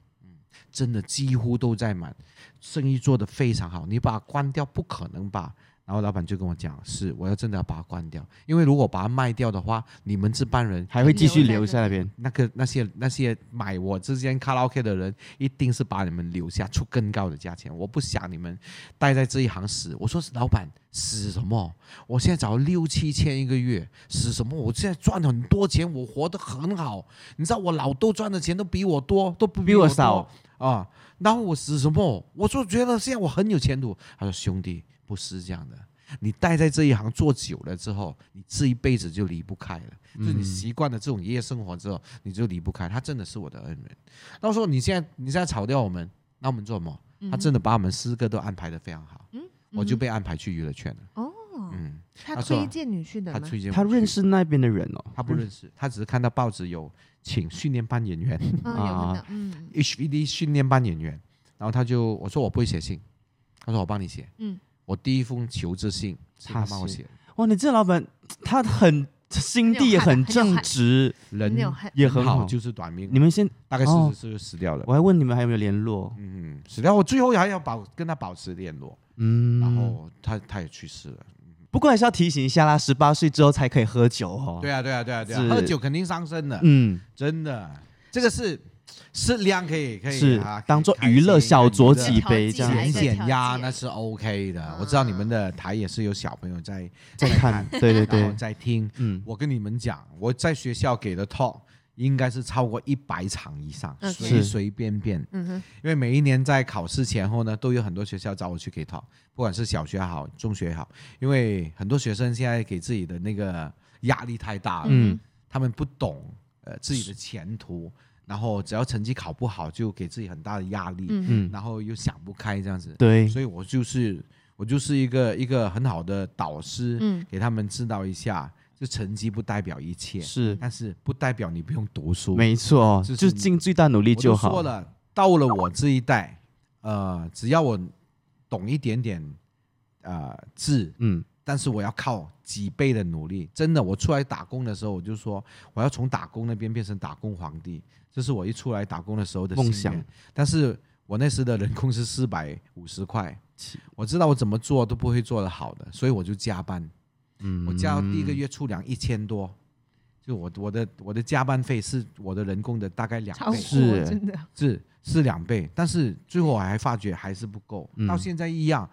S1: 真的几乎都在满，生意做得非常好。你把它关掉不可能吧？然后老板就跟我讲，是我要真的要把它关掉，因为如果把它卖掉的话，你们这帮人
S2: 还会继续
S3: 留
S2: 留
S3: 在
S2: 在
S3: 那
S2: 那边，
S1: 那个那些那些买我这间卡拉 OK 的人，一定是把你们留下出更高的价钱。我不想你们待在这一行死。我说老板死什么？我现在找六七千一个月，死什么？我现在赚很多钱，我活得很好。你知道我老豆赚的钱都比我多，都不
S2: 比
S1: 我
S2: 我
S1: 多
S2: 少
S1: 啊。然后我死什么？我就觉得现在我很有前途。他说兄弟，不是这样的。你待在这一行做久了之后，你这一辈子就离不开了。就是你习惯了这种夜生活之后，你就离不开。他真的是我的恩人。到时候你现在你现在炒掉我们，那我们做什么？
S3: 嗯
S1: 他真的把我们四个都安排的非常好，我就被安排去娱乐圈了。
S3: 哦，
S1: 嗯，
S3: 他
S1: 他说
S3: 推荐你去的
S1: 他
S3: 吗？
S1: 推荐我
S2: 他
S1: 去
S2: 认，识那边的人哦，
S1: 他不认识，他只是看到报纸有请训练班演员
S3: 嗯，有问到，嗯
S1: HVD 训练班演员，然后他就我说我不会写信，他说我帮你写。
S3: 嗯，
S1: 我第一封求职信是他帮我写的，
S2: 哇，你这老板他很心地也很正直，
S1: 啊人
S3: 那种很
S2: 也很
S1: 好
S2: 好。
S1: 就是短命，
S2: 你们先，
S1: 大概
S2: 哦
S1: 四十岁就死掉了。
S2: 我还问你们还有没有联络？
S1: 嗯，死掉我最后还要保跟他保持联络，
S2: 嗯，
S1: 然后他他也去世了。
S2: 不过还是要提醒一下啦，十八岁之后才可以喝酒哦。
S1: 对啊，对啊，对啊，对啊，
S2: 是
S1: 喝酒肯定伤身的，
S2: 嗯，
S1: 真的，这个是适量可以可以
S2: 是
S1: 啊，可以
S2: 当做
S1: 开心
S2: 娱乐小酌几杯
S3: 可以
S2: 这
S3: 调剂来
S2: 样
S1: 减
S3: 着
S1: 减
S3: 调
S1: 压
S3: 节啊
S1: 那是 OK 的。我知道你们的台也是有小朋友在
S2: 再看，对对
S1: 然后
S2: 对，
S1: 在听。
S2: 嗯，
S1: 我跟你们讲，我在学校给的 talk 应该是超过一百场以上，
S3: OK
S1: 随
S2: 是
S1: 随便便。
S3: 嗯哼，
S1: 因为每一年在考试前后呢，都有很多学校找我去给 talk，不管是小学也好，中学也好，因为很多学生现在给自己的那个压力太大了，
S2: 嗯
S1: 他们不懂呃自己的前途，然后只要成绩考不好就给自己很大的压力，
S3: 嗯
S2: 嗯，
S1: 然后又想不开这样子，
S2: 对，
S1: 所以我就是我就是一个一个很好的导师，
S3: 嗯
S1: 给他们知道一下，这成绩不代表一切，
S2: 是
S1: 但是不代表你不用读书，
S2: 没错，
S1: 就是
S2: 就尽最大努力
S1: 我
S2: 就
S1: 都说
S2: 好。
S1: 了，到了我这一代，呃，只要我懂一点点呃字，
S2: 嗯，
S1: 但是我要靠几倍的努力。真的，我出来打工的时候，我就说我要从打工那边变成打工皇帝，这是我一出来打工的时候的心
S2: 梦
S1: 愿
S2: 想。
S1: 但是我那时的人工是四百五十块
S2: 是，
S1: 我知道我怎么做都不会做得好的，所以我就加班。嗯，我加到第一个月出粮一千多，就我我的我的加班费是我的人工的大概两
S3: 超
S1: 倍。
S3: 过
S2: 是
S3: 真的，
S1: 是是两倍，但是最后我还发觉还是不够，
S2: 嗯
S1: 到现在一样。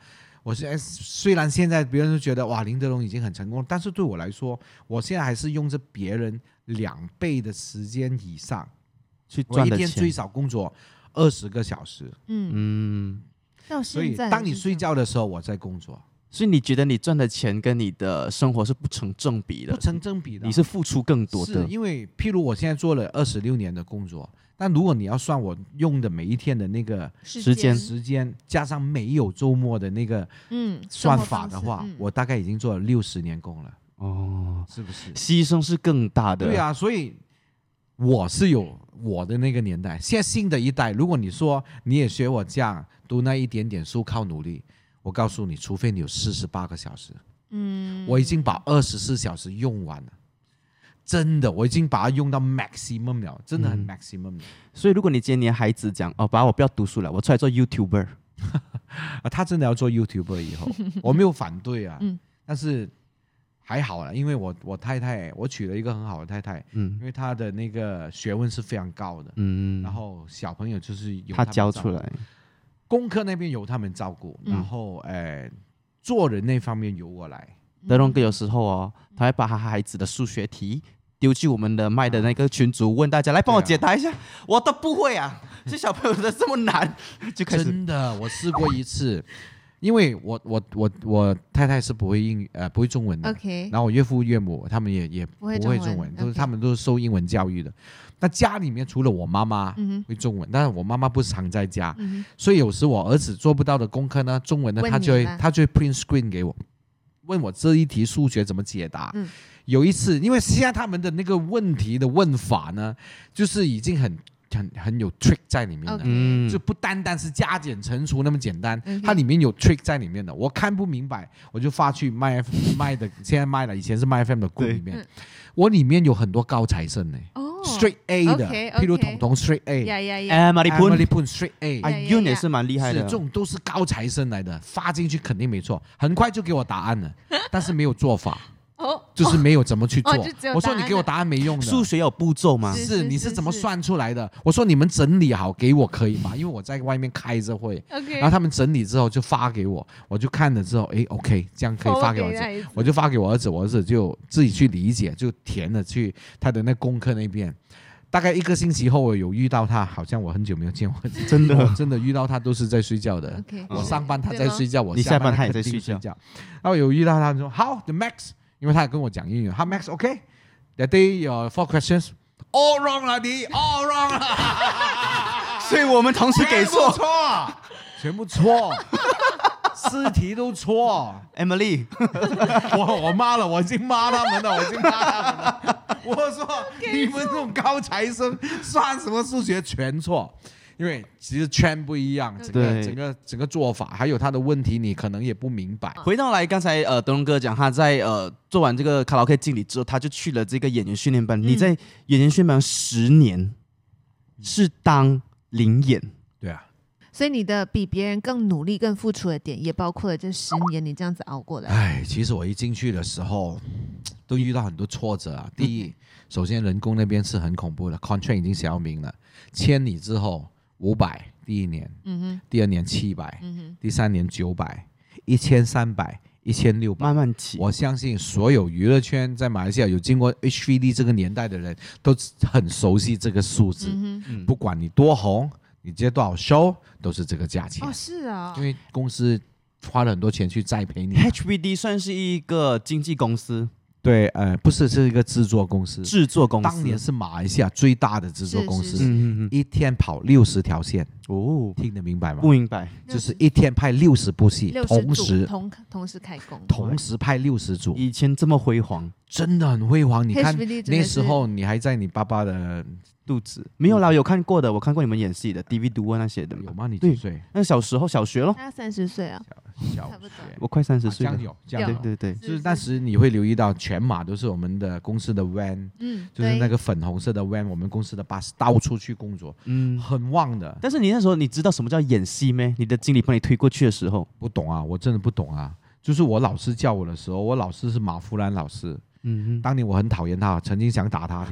S1: 我现在虽然现在别人都觉得哇林德龙已经很成功，但是对我来说，我现在还是用着别人两倍的时间以上，
S2: 去
S1: 我
S2: 赚
S1: 一
S2: 的
S1: 天最
S2: 钱，
S1: 少工作二十个小时，
S3: 嗯，
S2: 嗯，
S3: 到
S1: 所
S3: 现
S1: 以
S3: 在
S1: 当你
S3: 是
S1: 睡
S3: 这样
S1: 觉的时候我在工作，
S2: 所以你觉得你赚的钱跟你的生活是不成正比的
S1: 不，成正比的。
S2: 你是付出更多
S1: 是
S2: 的，
S1: 因为譬如我现在做了二十六年的工作，但如果你要算我用的每一天的那个
S2: 时间
S1: 时间，加上没有周末的那个
S3: 嗯，
S1: 算
S3: 生活
S1: 法
S3: 方
S1: 的
S3: 式
S1: 话，
S3: 嗯
S1: 我大概已经做了六十年工了，
S2: 哦，
S1: 是不是？
S2: 牺牲是更大的，
S1: 对，啊，所以我是有我的那个年代。现在新的一代，如果你说你也学我这样读那一点点书靠努力，我告诉你，除非你有四十八个小时，
S3: 嗯，
S1: 我已经把二十四小时用完了。真的，我已经把它用到 maximum 了，真的很
S2: 嗯
S1: maximum 了。
S2: 所以如果你今天你的孩子讲哦，爸，我不要读书了，我出来做 YouTuber，
S1: 啊，他真的要做 YouTuber
S3: (laughs)
S1: 以后，我没有反对啊，
S3: 嗯
S1: 但是还好啦，因为我我太太，我娶了一个很好的太太，
S2: 嗯
S1: 因为她的那个学问是非常高的，
S2: 嗯，
S1: 然后小朋友就是由
S2: 他
S1: 们
S2: 教
S1: 照
S2: 出
S1: 顾，
S2: 来，
S1: 功课那边由他们照顾，
S3: 嗯
S1: 然后呃，做人那方面由我来，
S2: 德龙哥有时候哦，他会把他孩子的数学题丢去我们的麦的那个群组，问大家来帮我解答一下，
S1: 啊
S2: 我都不会啊，这小朋友的这么难，就开始
S1: 真的，我试过一次，因为我我我我太太是不会英语呃不会中文的
S3: OK，
S1: 然后我岳父岳母他们也也不
S3: 不会
S1: 会
S3: 中文
S1: 中文，都是
S3: OK
S1: 他们都是受英文教育的。那家里面除了我妈妈
S3: 嗯
S1: 会中文，但是我妈妈不常在家
S3: 哼，嗯
S1: 所以有时我儿子做不到的功课呢，中文呢
S3: 问
S1: 他就会
S3: 你啦
S1: 他就会 print screen 给我，问我这一题数学怎么解答。
S3: 嗯
S1: 有一次，因为现在他们的那个问题的问法呢，就是已经很很很有 trick 在里面了。
S3: OK
S2: 嗯
S1: 就不单单是加减乘除那么简单
S3: OK，
S1: 它里面有 trick 在里面的。我看不明白，我就发去
S3: (laughs)
S1: 卖 F 卖的，现在卖了，以前是卖 FM 的 group
S2: 对
S1: 里面
S3: 嗯，
S1: 我里面有很多高材生呢、
S3: 哼哦
S1: s t r a i g h t A 的
S3: OK，OK
S1: 譬如彤彤 straight A，
S3: 呀呀呀，
S2: 哎，马里
S1: 阿
S2: 普
S1: 利碰 straight A，
S2: 啊
S3: 呀呀
S2: ，Yun
S3: 呀
S2: 也是蛮厉害
S1: 是
S2: 的，
S1: 这种都是高材生来的，发进去肯定没错，很快就给我答
S3: (laughs)
S1: 案了，但是没有做法，
S3: 哦，
S1: 就是没有怎么去做
S3: 哦就只有。
S1: 我说
S3: 答案
S1: 你给我答案没用的，
S2: 数学有步骤吗？
S3: 是
S1: 是你是
S3: 是
S1: 怎么
S3: 是
S1: 算出来的？我说你们整理好给我可以吗？因为我在外面开着会。
S3: OK，
S1: (laughs) 然后他们整理之后就发给我，我就看了之后，诶 o k 这样可以发给我儿子，
S3: 子
S1: 我就发给我儿子，我儿子就自己去理解，就填了去他的那功课那边。大概一个星期后，我有遇到他，好像我很久没有见我儿子，
S2: 真
S1: (laughs)
S2: 哦
S1: 我真的遇到他都是在睡觉的。
S3: OK，
S1: 我上班他
S3: 对
S1: 在
S3: 咯
S1: 睡觉，我
S2: 你下班
S1: 他
S2: 他也在
S1: 肯定
S2: 睡觉
S1: 觉。然后有遇到他说好，the max，因为他也跟我讲英语，他 max OK。That day your four questions all wrong 了，你 all wrong 了，
S2: 所以我们同时给
S1: (laughs) 全部
S2: 错
S1: 错，全部错，四题都错。
S2: ，Emily，
S1: 我我骂了，我已经骂他们了，我已经骂他们了。我说你们这种高材生算什么数学全错？因为其实圈不一样，整个
S2: 对
S1: 整个整个做法，还有他的问题，你可能也不明白。
S2: 回到来，刚才呃，德龙哥讲他在呃做完这个卡拉 OK 经理之后，他就去了这个演员训练班。你在演员训练班十年，是当零演，
S1: 对啊，
S3: 所以你的比别人更努力、更付出的点，也包括了这十年你这样子熬过来。
S1: 哎，其实我一进去的时候，都遇到很多挫折啊。第一，首先人工那边是很恐怖的，contract 已经写到明了，签你之后五百第一年，
S3: 嗯哼，
S1: 第二年七百，
S3: 嗯哼，
S1: 第三年九百，一千三百，一千六百。
S2: 慢慢起。
S1: 我相信所有娱乐圈在马来西亚有经过 HVD 这个年代的人都很熟悉这个数字，
S3: 嗯
S1: 不管你多红，你接多少 show 都是这个价钱，
S3: 哼，哦，是啊
S1: 因，为公司花了很多钱去栽培你。
S2: HVD 算是一个经纪公司、
S1: 对，呃，不是，是一个制作公司，
S2: 制作公司。
S1: 当年是马来西亚最大的制作公司，
S3: 是是
S2: 嗯，嗯嗯
S1: 一天跑六十条线，
S2: 哦，
S1: 听得明白吗
S2: 不？明白，
S1: 就是一天拍六十部戏，
S3: 嗯六十
S1: 同
S3: 组
S1: 时
S3: 同同时开工，
S1: 同时拍六十组，
S2: 以前这么辉煌，
S1: 真的很辉煌。你看
S3: HBD 真的
S1: 那
S3: 是
S1: 时候你还在你爸爸的
S2: 肚子没有啦，有看过的，我看过你们演戏的 DV 读啊那些的嘛
S1: 嗯有吗？你
S2: 对
S1: 几岁？
S2: 那小时候小学咯，
S3: 大概三十岁啊，
S1: 小
S3: 差不多
S1: 学，
S2: 我快三十
S1: 啊这
S2: 岁了
S1: 样，有这样
S2: 对
S1: 有。
S2: 对对，
S1: 就是那时你会留意到，全马都是我们的公司的 van，
S3: 嗯，
S1: 就是那
S3: 对
S1: 个粉红色的 van，我们公司的 bus 到处去工作，
S2: 嗯。
S1: 很旺的。
S2: 但是你那时候你知道什么叫演戏咩？你的经理帮你推过去的时候，
S1: 不懂啊，我真的不懂啊。就是我老师叫我的时候，我老师是马福兰老师，
S2: 嗯哼，
S1: 当年我很讨厌他，曾经
S3: (laughs)
S1: 想打他的。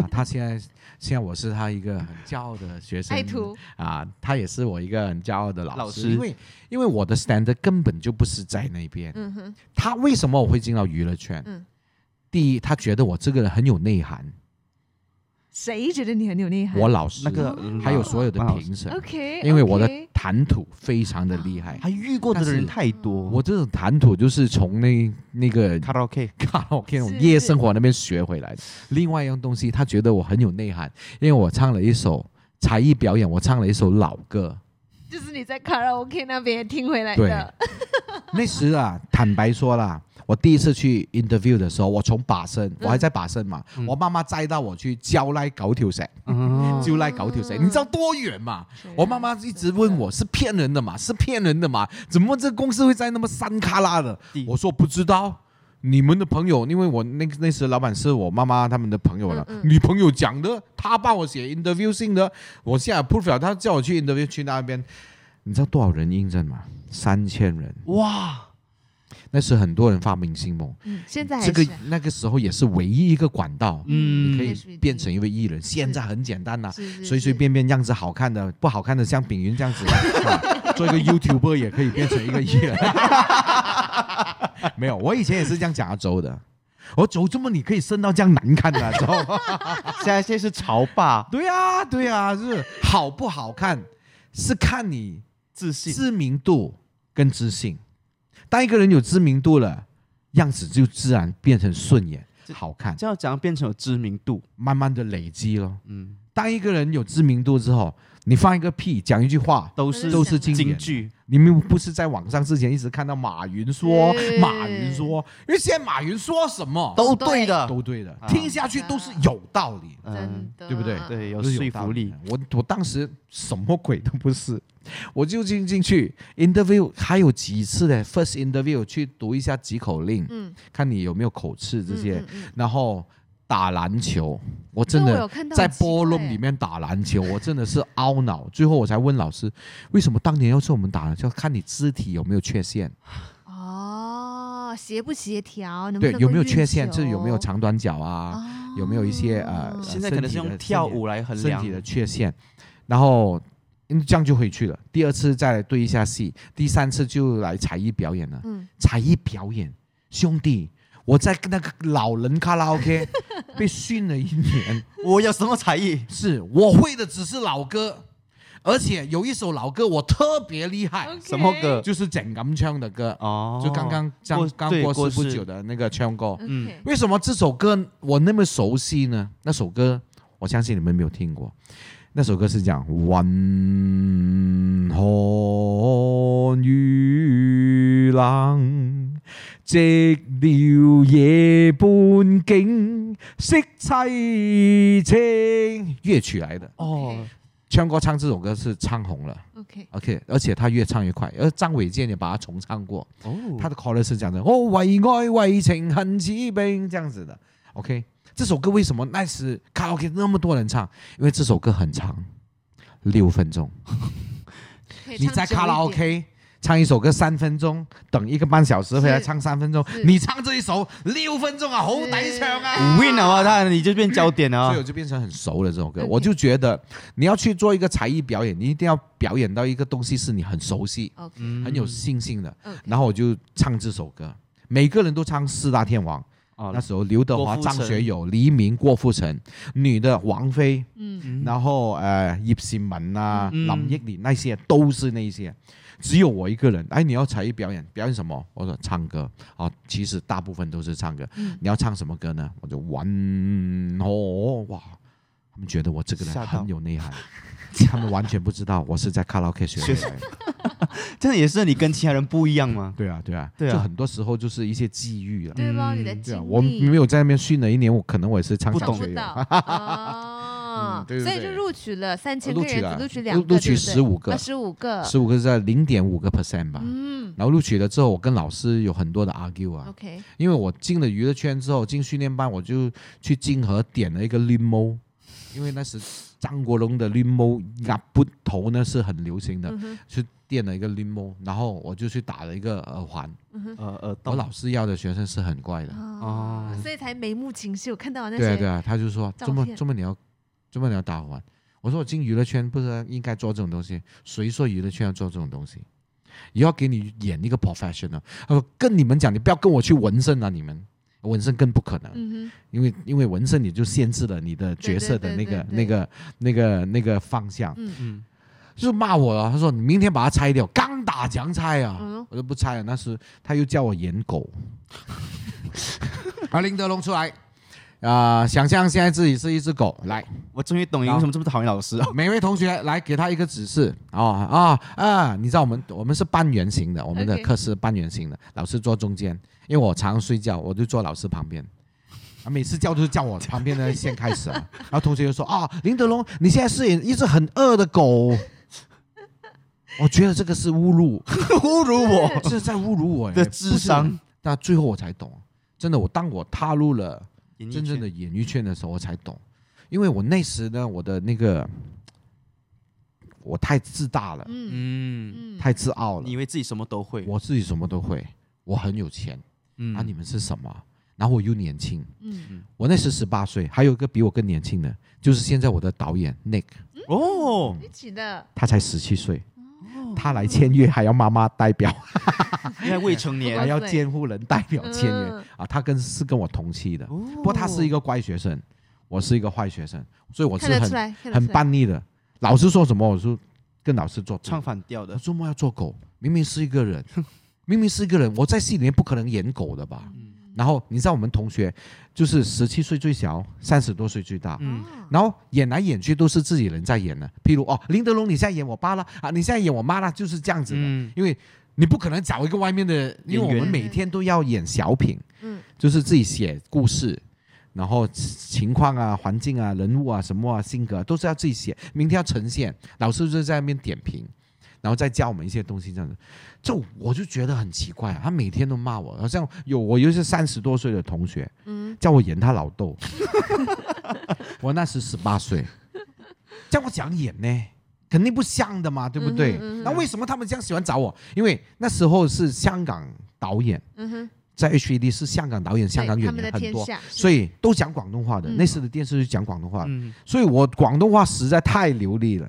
S1: 啊，他现在现在我是他一个很骄傲的学生
S3: 爱徒，
S1: 啊，他也是我一个很骄傲的老
S2: 老
S1: 师，
S2: 师
S1: 因为因为我的 standard 根本就不是在那边。
S3: 嗯哼，
S1: 他为什么我会进到娱乐圈？
S3: 嗯
S1: 第一，他觉得我这个人很有内涵，
S3: 谁觉得你很有厉害？
S1: 我老师
S2: 那个
S1: 还有所有的
S2: 马嗯老师
S1: 评审，
S3: OK，
S1: 因为我的
S3: OK
S1: 谈吐非常的厉害。
S2: 还遇过的
S1: 但是
S2: 人太多，
S1: 我这种谈吐就是从那那个
S2: 卡拉 OK，
S1: 卡拉 OK 那种
S3: 是
S1: 夜生活那边学回来的。另外一样东西，他觉得我很有内涵，因为我唱了一首才艺表演，我唱了一首老歌。
S3: 就是你在卡拉 OK 那边听回来
S1: 对
S3: 的， (laughs)
S1: 那时啊，坦白说啦，我第一次去 interview 的时候，我从把生，我还在把生嘛，
S2: 嗯
S1: 我妈妈载到我去蕉赖九条石，
S2: 嗯，
S1: 蕉赖九条石，你知道多远嘛？
S3: 嗯
S1: 我妈妈一直问我是骗人的嘛，是骗人的嘛？怎么这公司会在那么山卡拉的
S2: 地？
S1: 我说不知道。你们的朋友，因为我那那时老板是我妈妈他们的朋友了，
S3: 嗯
S1: 女朋友讲的，她帮我写 interview 信的，我现在 proof 了，她叫我去 interview 去那边，你知道多少人应征吗？三千人，
S2: 哇，
S1: 那时很多人发明星梦，
S3: 嗯，现在还
S1: 这个
S3: 是啊
S1: 那个时候也是唯一一个管道，
S2: 嗯
S1: 你可以
S3: HBD
S1: 变成一位艺人，现在很简单呐、
S3: 是是
S1: 随随便便样子好看的，不好看的像炳云这样
S3: (laughs)
S1: 子，啊做一个 YouTuber 也可以变成一个艺人。 (laughs) 没有，我以前也是这样讲阿啊周的，我周怎么你可以升到这样难看的、啊，知道吗？
S2: 现在现在是潮爸
S1: (laughs) 对啊，对啊，就是好不好看是看你
S2: 自信，
S1: 知名度跟自信。当一个人有知名度了，样子就自然变成顺眼、好看，
S2: 这要怎样变成有知名度？
S1: 慢慢的累积咯。
S2: 嗯，
S1: 当一个人有知名度之后，你放一个屁，讲一句话，
S2: 都是
S1: 都是经典
S2: 京剧，
S1: 你们不是在网上之前一直看到马云说
S3: 是
S1: 马云说，因为现在马云说什么
S2: 都
S3: 对
S2: 对的，
S1: 都对的
S2: 啊，
S1: 听下去都是有道理，
S2: 嗯，
S3: 真的，
S1: 呃对不对
S2: 对，有
S1: 都是
S2: 说
S1: 道
S2: 服
S1: 理
S2: 力
S1: 的。。我我当时什么鬼都不是，我就进进去 interview，还有几次的 first interview 去读一下几口令，
S3: 嗯，
S1: 看你有没有口吃这些，
S3: 嗯，嗯嗯
S1: 然后打篮球，我真的
S3: 那我有看到
S1: 在
S3: 很奇怪
S1: 波浪里面打篮球，我真的是懊恼。最后我才问老师，为什么当年要是我们打篮球，看你肢体有没有缺陷，
S3: 哦，协不协调，能不
S1: 对，
S3: 能
S1: 有没有
S3: 够嗯运
S1: 缺陷，
S3: 球
S1: 这有没有长短脚啊，
S3: 哦
S1: 有没有一些呃
S2: 现在可能是用跳舞来衡
S1: 身
S2: 量
S1: 体的缺陷，然后。嗯这样就回去了。第二次再来对一下戏，第三次就来才艺表演了。
S3: 嗯，
S1: 才艺表演，兄弟，我在那个老人卡
S3: (laughs)
S1: 拉 OK 被训了一年，
S2: 我有什么才艺？
S1: 是我会的只是老歌，而且有一首老歌我特别厉害
S3: OK
S2: 什么歌
S1: 就是郑锦昌的歌，
S2: 哦，
S1: 就刚刚
S2: 过
S1: 刚刚
S2: 对
S1: 过
S2: 过
S1: 世不
S2: 世
S1: 久的那个唱歌。
S3: 嗯
S2: 嗯，
S1: 为什么这首歌我那么熟悉呢？那首歌我相信你们没有听过，那首歌是讲云寒雨冷，寂寥夜半景，色凄清。乐曲来的，
S2: 哦，
S1: 唱歌唱这首歌是唱红了。
S3: ，OK，
S1: OK，而且他越唱越快，而张伟健也把它重唱过。
S2: 哦，
S1: 他的 chorus 是这样的：哦，为爱为情恨此病这样子的。OK，这首歌为什么那时卡拉 OK 那么多人唱？因为这首歌很长，六分钟。
S3: 可以
S1: 你
S3: 唱
S1: 在
S3: 久
S1: 卡拉
S3: 一点
S1: OK 唱一首歌三分钟，等一个半小时回来
S3: 是
S1: 唱三分钟
S3: 是，
S1: 你唱这一首六分钟啊，好抵唱啊！
S2: win 了啊，他你就变焦点了
S1: 所以
S2: 啊
S1: 我，就变成很熟了这首歌，
S3: OK
S1: 我就觉得你要去做一个才艺表演，你一定要表演到一个东西是你很熟悉、
S3: ，OK，嗯
S2: 嗯
S1: 很有信心的。
S3: OK
S1: 然后我就唱这首歌，每个人都唱四大天王。
S2: 哦
S1: 那时候刘德
S2: 郭
S1: 华、
S2: 富
S1: 张
S2: 城
S1: 学友、黎明、郭富城，女的王菲，
S3: 嗯，
S2: 嗯
S1: 然后呃叶倩文啊、
S2: 嗯
S1: 林忆莲那些都是那些，只有我一个人。哎，你要才艺表演，表演什么？我说唱歌哦，其实大部分都是唱歌。
S3: 嗯
S1: 你要唱什么歌呢？我就玩哦，哇，他们觉得我这个人
S2: 吓到
S1: 很有内涵，他们完全不知道我是在卡拉 OK 学
S2: 学 (laughs)
S1: 的。
S2: 真的也是你跟其他人不一样吗？
S1: 对啊，对啊，
S2: 对啊
S1: 就很多时候就是一些际遇了。
S3: 对吧？
S2: 嗯
S3: 你的
S1: 对
S3: 经
S1: 啊，
S3: 历，
S1: 我没有在那边训了一年，我可能我也是唱
S2: 不
S1: 小
S3: 想
S2: 懂
S3: 不
S1: 学
S3: 到
S1: 的，
S3: 哦
S1: (laughs) 嗯，对对
S3: 所以就
S1: 对
S3: 录取了三千个
S1: 录取
S3: 人，
S1: 了
S3: 只录取两个，
S1: 录录取15个
S3: 啊十五个，
S1: 十五个是在零点五个 percent 吧。
S3: 嗯
S1: 然后录取了之后，我跟老师有很多的 argue 啊，
S3: ，OK，
S1: 因为我进了娱乐圈之后，进训练班我就去金河点了一个 limo，因为那时张国荣的 limo 压不头呢是很流行的，
S3: 嗯哼，
S1: 去垫了一个 limo，然后我就去打了一个耳环。
S2: 呃呃，
S1: 我
S2: 懂
S1: 老师要的学生是很怪的，
S3: 哦
S2: 哦，
S3: 所以才眉目情秀，看到那
S1: 对啊
S3: 些
S1: 对啊，他就说
S3: 照
S1: 这么
S3: 片
S1: 这么你要这么你要打耳环，我说我进娱乐圈不是应该做这种东西，谁说娱乐圈要做这种东西？也要给你演一个 professional。他说跟你们讲，你不要跟我去纹身啊，你们纹身更不可能。
S3: 嗯哼，
S1: 因为因为纹身你就限制了你的角色
S3: 对
S1: 的
S3: 对
S1: 那个
S3: 对对
S1: 那个那个那个方向，
S3: 嗯
S2: 嗯
S1: 就骂我了。他说你明天把它拆掉，刚打墙拆啊，
S3: 嗯
S1: 我就不拆了。那时他又叫我演狗， (laughs) 而林德龙出来。啊、想象现在自己是一只狗，来，
S2: 我终于懂你为什么这么讨厌老师了。
S1: 每位同学来给他一个指示，哦啊啊！你知道我们我们是半圆形的，我们的
S3: OK
S1: 课是半圆形的，老师坐中间，因为我常常睡觉，我就坐老师旁边。啊，每次叫就是叫我旁边的先开始啊，然后同学就说啊，林德龙，你现在饰演一只很饿的狗，我觉得这个是 (laughs) 侮辱，
S2: 侮辱我 (laughs)
S1: 这是在侮辱我
S2: 的智。
S1: 哎不是
S2: 商，
S1: 那最后我才懂，真的，我当我踏入了。
S2: 演艺
S1: 真正
S2: 圈
S1: 的演艺圈的时候，我才懂，因为我那时呢，我的那个我太自大了，
S3: 嗯
S2: 嗯，
S3: 嗯，
S1: 太自傲
S2: 你
S1: 了，
S2: 以为自己什么都会？
S1: 我自己什么都会，我很有钱，
S2: 嗯
S1: 啊，你们是什么？然后我又年轻，
S3: 嗯
S1: 我那时十八岁，还有一个比我更年轻的，就是现在我的导演 Nick，
S2: 哦，
S3: 一起的，
S1: 他才十七岁，
S3: 哦
S1: 他来签约还要妈妈代表，
S2: 因为未成
S1: 还 (laughs)
S2: 年。
S1: 要监护人代表签约
S3: 嗯哦
S1: 啊，他跟是跟我同期的，
S2: 不
S1: 不过他是一个乖学生，我是一个坏学生，所以我
S3: 看
S1: 是
S3: 得
S1: 很
S3: 出来，看得
S1: 很
S3: 出来，
S1: 叛逆的。老师说什么，我就跟老师做对
S2: 唱反调
S1: 我
S2: 的，
S1: 做梦要做狗，明明是一
S2: (laughs)
S1: 个人，明明是一个人，我在戏里面不可能演狗的吧？
S2: 嗯
S1: 然后你知道我们同学就是十七岁最小，三十多岁最大。
S2: 嗯，
S3: 哦
S1: 然后演来演去都是自己人在演的，譬如哦，林德龙你现在演我爸了啊，你现在演我妈了，就是这样子的，
S2: 嗯
S1: 因为你不可能找一个外面的，因为我
S2: 演
S1: 们
S2: 员
S1: 每天都要演小品，
S3: 嗯
S1: 就是自己写故事，然后情况啊、环境啊、人物啊、什么啊、性格啊、都是要自己写，明天要呈现，老师就在那边点评，然后再教我们一些东西，这样子，就我就觉得很奇怪、啊，他每天都骂我，好像有我有一些三十多岁的同学
S3: 嗯，
S1: 叫我演他老
S3: (laughs)
S1: 豆， (laughs) 我那时十八岁，叫我讲演呢。肯定不像的嘛，对不对？
S3: 嗯哼嗯哼
S1: 那为什么他们这样喜欢找我？因为那时候是香港导演，
S3: 嗯哼，
S1: 在 HED 是香港导演、香港
S3: 对他
S1: 演
S3: 们的
S1: 员很
S3: 天
S1: 多，
S3: 下，
S1: 所以都讲广东话的。
S3: 嗯
S1: 那时的电视剧讲广东话，
S2: 嗯，
S1: 所以我广东话实在太流利了，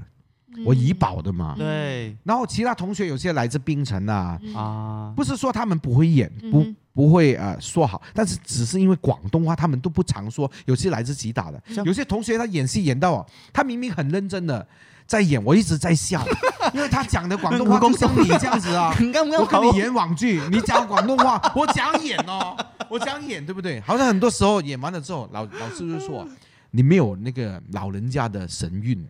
S1: 我
S3: 嗯
S1: 怡保的嘛。
S2: 对
S1: 然后其他同学有些来自槟城啊，
S3: 嗯
S2: 啊，
S1: 不是说他们不会演，不、
S3: 嗯哼
S1: 不会呃说好，但是只是因为广东话他们都不常说，有些来自吉打的，
S2: 像
S1: 有些同学他演戏演到哦，他明明很认真的在演，我一直在笑，
S3: (laughs)
S1: 因为他讲的广东话就像你这样子 (laughs) 啊，
S2: 你刚
S1: 我
S2: 刚
S1: 跟你演网剧，你讲广东话，我讲演哦，我讲演，对不对？好像很多时候演完了之后，老老师就说你没有那个老人家的神韵，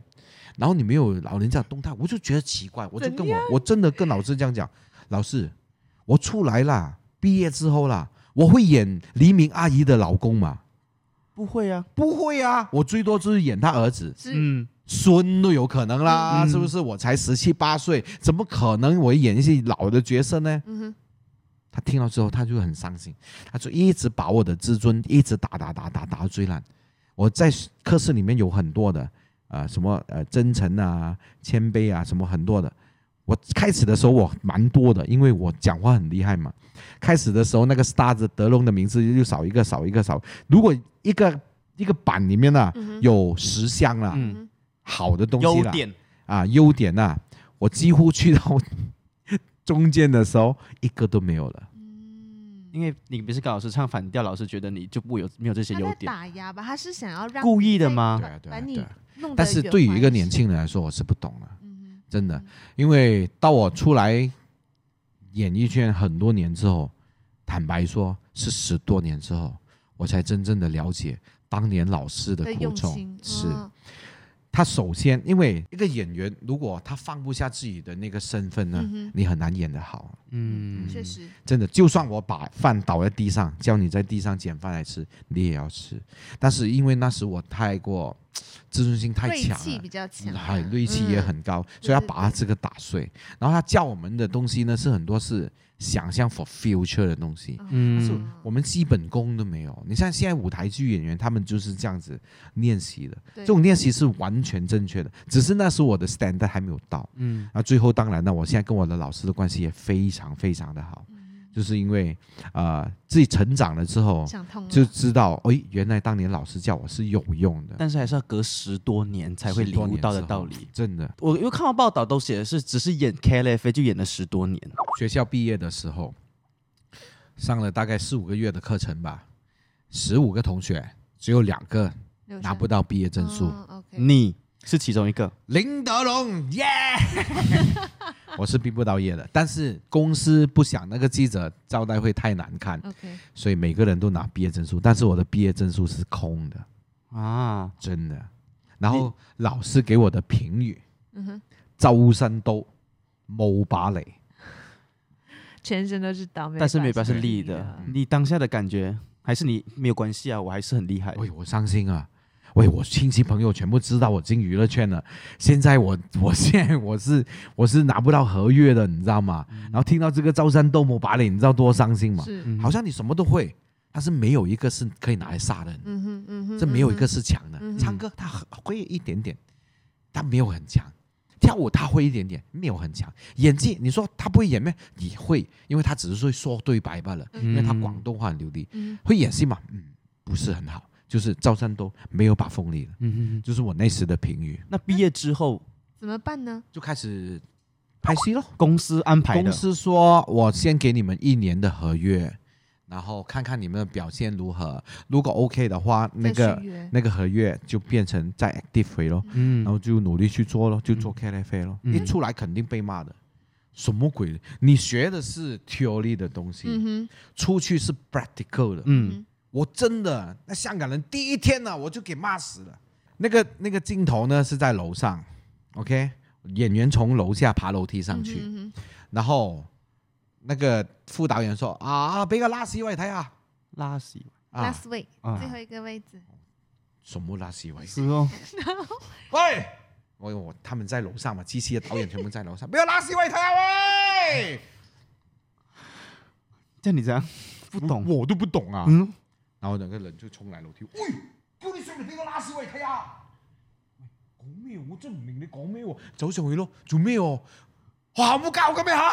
S1: 然后你没有老人家的动态，我就觉得奇怪，我就跟
S3: 怎
S1: 我我真的跟老师这样讲，老师，我出来啦，毕业之后啦，我会演黎明阿姨的老公嘛？
S2: 不会啊，
S1: 不会啊，我最多就是演他儿子。
S3: 是
S2: 嗯，
S1: 孙都有可能啦，
S2: 嗯
S1: 是不是？我才十七八岁，怎么可能我演一些老的角色呢？
S3: 嗯哼，
S1: 他听到之后，他就很伤心，他就一直把我的自尊一直打打打打打到最烂。我在课室里面有很多的，呃，什么呃真诚啊、谦卑啊，什么很多的。我开始的时候我蛮多的，因为我讲话很厉害嘛。开始的时候那个 star 子德龙的名字就少一个少一个少。如果一个一个版里面呢、
S3: 嗯哼
S1: 有十项啦，
S2: 嗯
S1: 好啊的东西
S2: 优
S1: 啦，
S2: 点
S1: 啊优点呐、我几乎去到 (laughs) 中间的时候一个都没有了。
S2: 因为你不是跟老师唱反调，老师觉得你就不有没有这些
S3: 嗯他
S2: 优
S3: 在
S2: 点，
S3: 打压吧，他是想要让
S2: 故
S3: 你
S2: 意的
S3: 在
S2: 吗
S3: 把
S1: 对啊对啊
S3: 把你
S1: 对啊
S3: 弄得
S1: 但是
S3: 圆
S1: 对于
S3: 滑
S1: 一个
S3: 些
S1: 年，轻人来说，我是不懂的，
S3: 嗯
S1: 真的，因为到我出来演艺圈很多年之后，坦白说是十多年之后，我才真正的了解当年老师的
S3: 的
S1: 苦
S3: 用
S1: 衷
S3: 心，
S1: 是
S3: 嗯
S1: 他首先因为一个演员，如果他放不下自己的那个身份呢，
S3: 嗯哼
S1: 你很难演得好。
S2: 嗯，
S3: 确实，
S1: 真的，就算我把饭倒在地上，叫你在地上捡饭来吃，你也要吃。但是因为那时我太过自尊心太
S3: 锐
S1: 强
S3: 气
S1: 了
S3: 比。较强啊，
S1: 海锐气也
S3: 嗯
S1: 很高，
S3: 对
S1: 所以他
S3: 对
S1: 把他
S3: 对
S1: 这个打碎。然后他教我们的东西呢，是很多是想象 for future 的东西，
S2: 嗯
S1: 是我们基本功都没有。你像现在舞台剧演员，他们就是这样子练习的，
S3: 对
S1: 这种练习是完全正确的。只是那时候我的 standard 还没有到。
S2: 嗯，
S1: 那最后当然呢，我现在跟我的老师的关系也非常非常的好，就是因为呃自己成长了之后
S3: 想嗯通了
S1: 哦就知道，哎，原来当年老师教我是有用的，
S2: 但是还是要隔十多年才会
S1: 10
S2: 领
S1: 多
S2: 悟
S1: 年
S2: 到的
S1: 之后
S2: 道理。
S1: 真的。
S2: 我因为看到报道都写的是，只是演 KLF 就演了十多年，
S1: 学校毕业的时候，上了大概四五个月的课程吧，十五个同学只有两个
S3: 留
S1: 拿
S3: 下
S1: 不到嗯毕业证书。
S3: 哦，OK，
S2: 你是其中一个。
S1: 林德龙，耶、 (laughs) 我是毕不到业的，但是公司不想那个记者招待会太难看，
S3: OK，
S1: 所以每个人都拿毕业证书，但是我的毕业证书是空的，
S2: 啊，
S1: 真的。然后老师给我的评语，
S3: 嗯哼，
S1: 周身都冇把雷，
S3: 全身都是倒霉，
S2: 但是没嗯办法是
S3: 力
S2: 力的，你当下的感觉还是你没有关系啊，我还是很
S3: 哎
S2: 厉害。
S1: 喂，我伤心啊！喂，我亲戚朋友全部知道我进娱乐圈了，啊现在我 (laughs) 我现在我是我是拿不到合约的，你知道吗？然后听到这个招山斗母把脸，你知道多伤心吗？
S3: 嗯是，
S2: 嗯
S1: 好像你什么都会，但是没有一个是可以拿来杀的人，
S3: 嗯哼嗯哼，
S1: 这没
S3: 嗯
S1: 有一
S3: 哼
S1: 个是强的。
S3: 嗯
S1: 唱歌他很会一点点，但没有很强；跳舞他会一点点，没有很强；演技你说他不会演咩？也会，因为他只是会说对白罢了，因为他
S2: 嗯
S1: 广东话很流利。
S3: 嗯
S1: 会演戏嘛，嗯，不是很好，就是赵山都没有把风力了，
S2: 嗯，
S1: 就是我那时的评语，
S2: 那毕业之后
S3: 怎么办呢？
S1: 就开始拍戏咯。
S2: 公司安排
S1: 公
S2: 的，
S1: 司说我先给你们一年的合约，然后看看你们的表现如何，如果 OK 的话，那
S3: 再
S1: 个
S3: 续约
S1: 那个合约就变成再 active 回咯，然
S2: 嗯，
S1: 后就努力去做咯，就做 KFA 咯，
S2: 嗯
S1: 一出来肯定被骂的。什么鬼？你学的是 theory 的东西，
S3: 嗯哼，
S1: 出去是 practical 的。
S2: 嗯
S1: 我真的，那香港人第一天呢、我就给骂死了。那个那个镜头呢是在楼上，OK，演员从楼下爬楼梯上去，
S3: 嗯哼
S1: 然后那个副导演说：“啊，俾個 last 位睇下。
S2: 拉屎”
S1: 啊，
S3: ，last week
S2: 啊
S3: 最后一个位置，
S1: 什么 last 位？
S2: 是哦，
S1: 喂，我我他们在楼上嘛，机器的导演全部在楼上，俾個 last 位睇下喂。
S2: 像你这
S1: (laughs)
S2: 样不懂，
S1: 我都不懂啊。
S2: 嗯，
S1: 然后两个人就冲來樓梯，喂，叫你上嚟俾個拉屎位睇下。喂講咩？我真唔明你講咩喎？走上去咯，做咩喎？學校冇教嘅咩吓？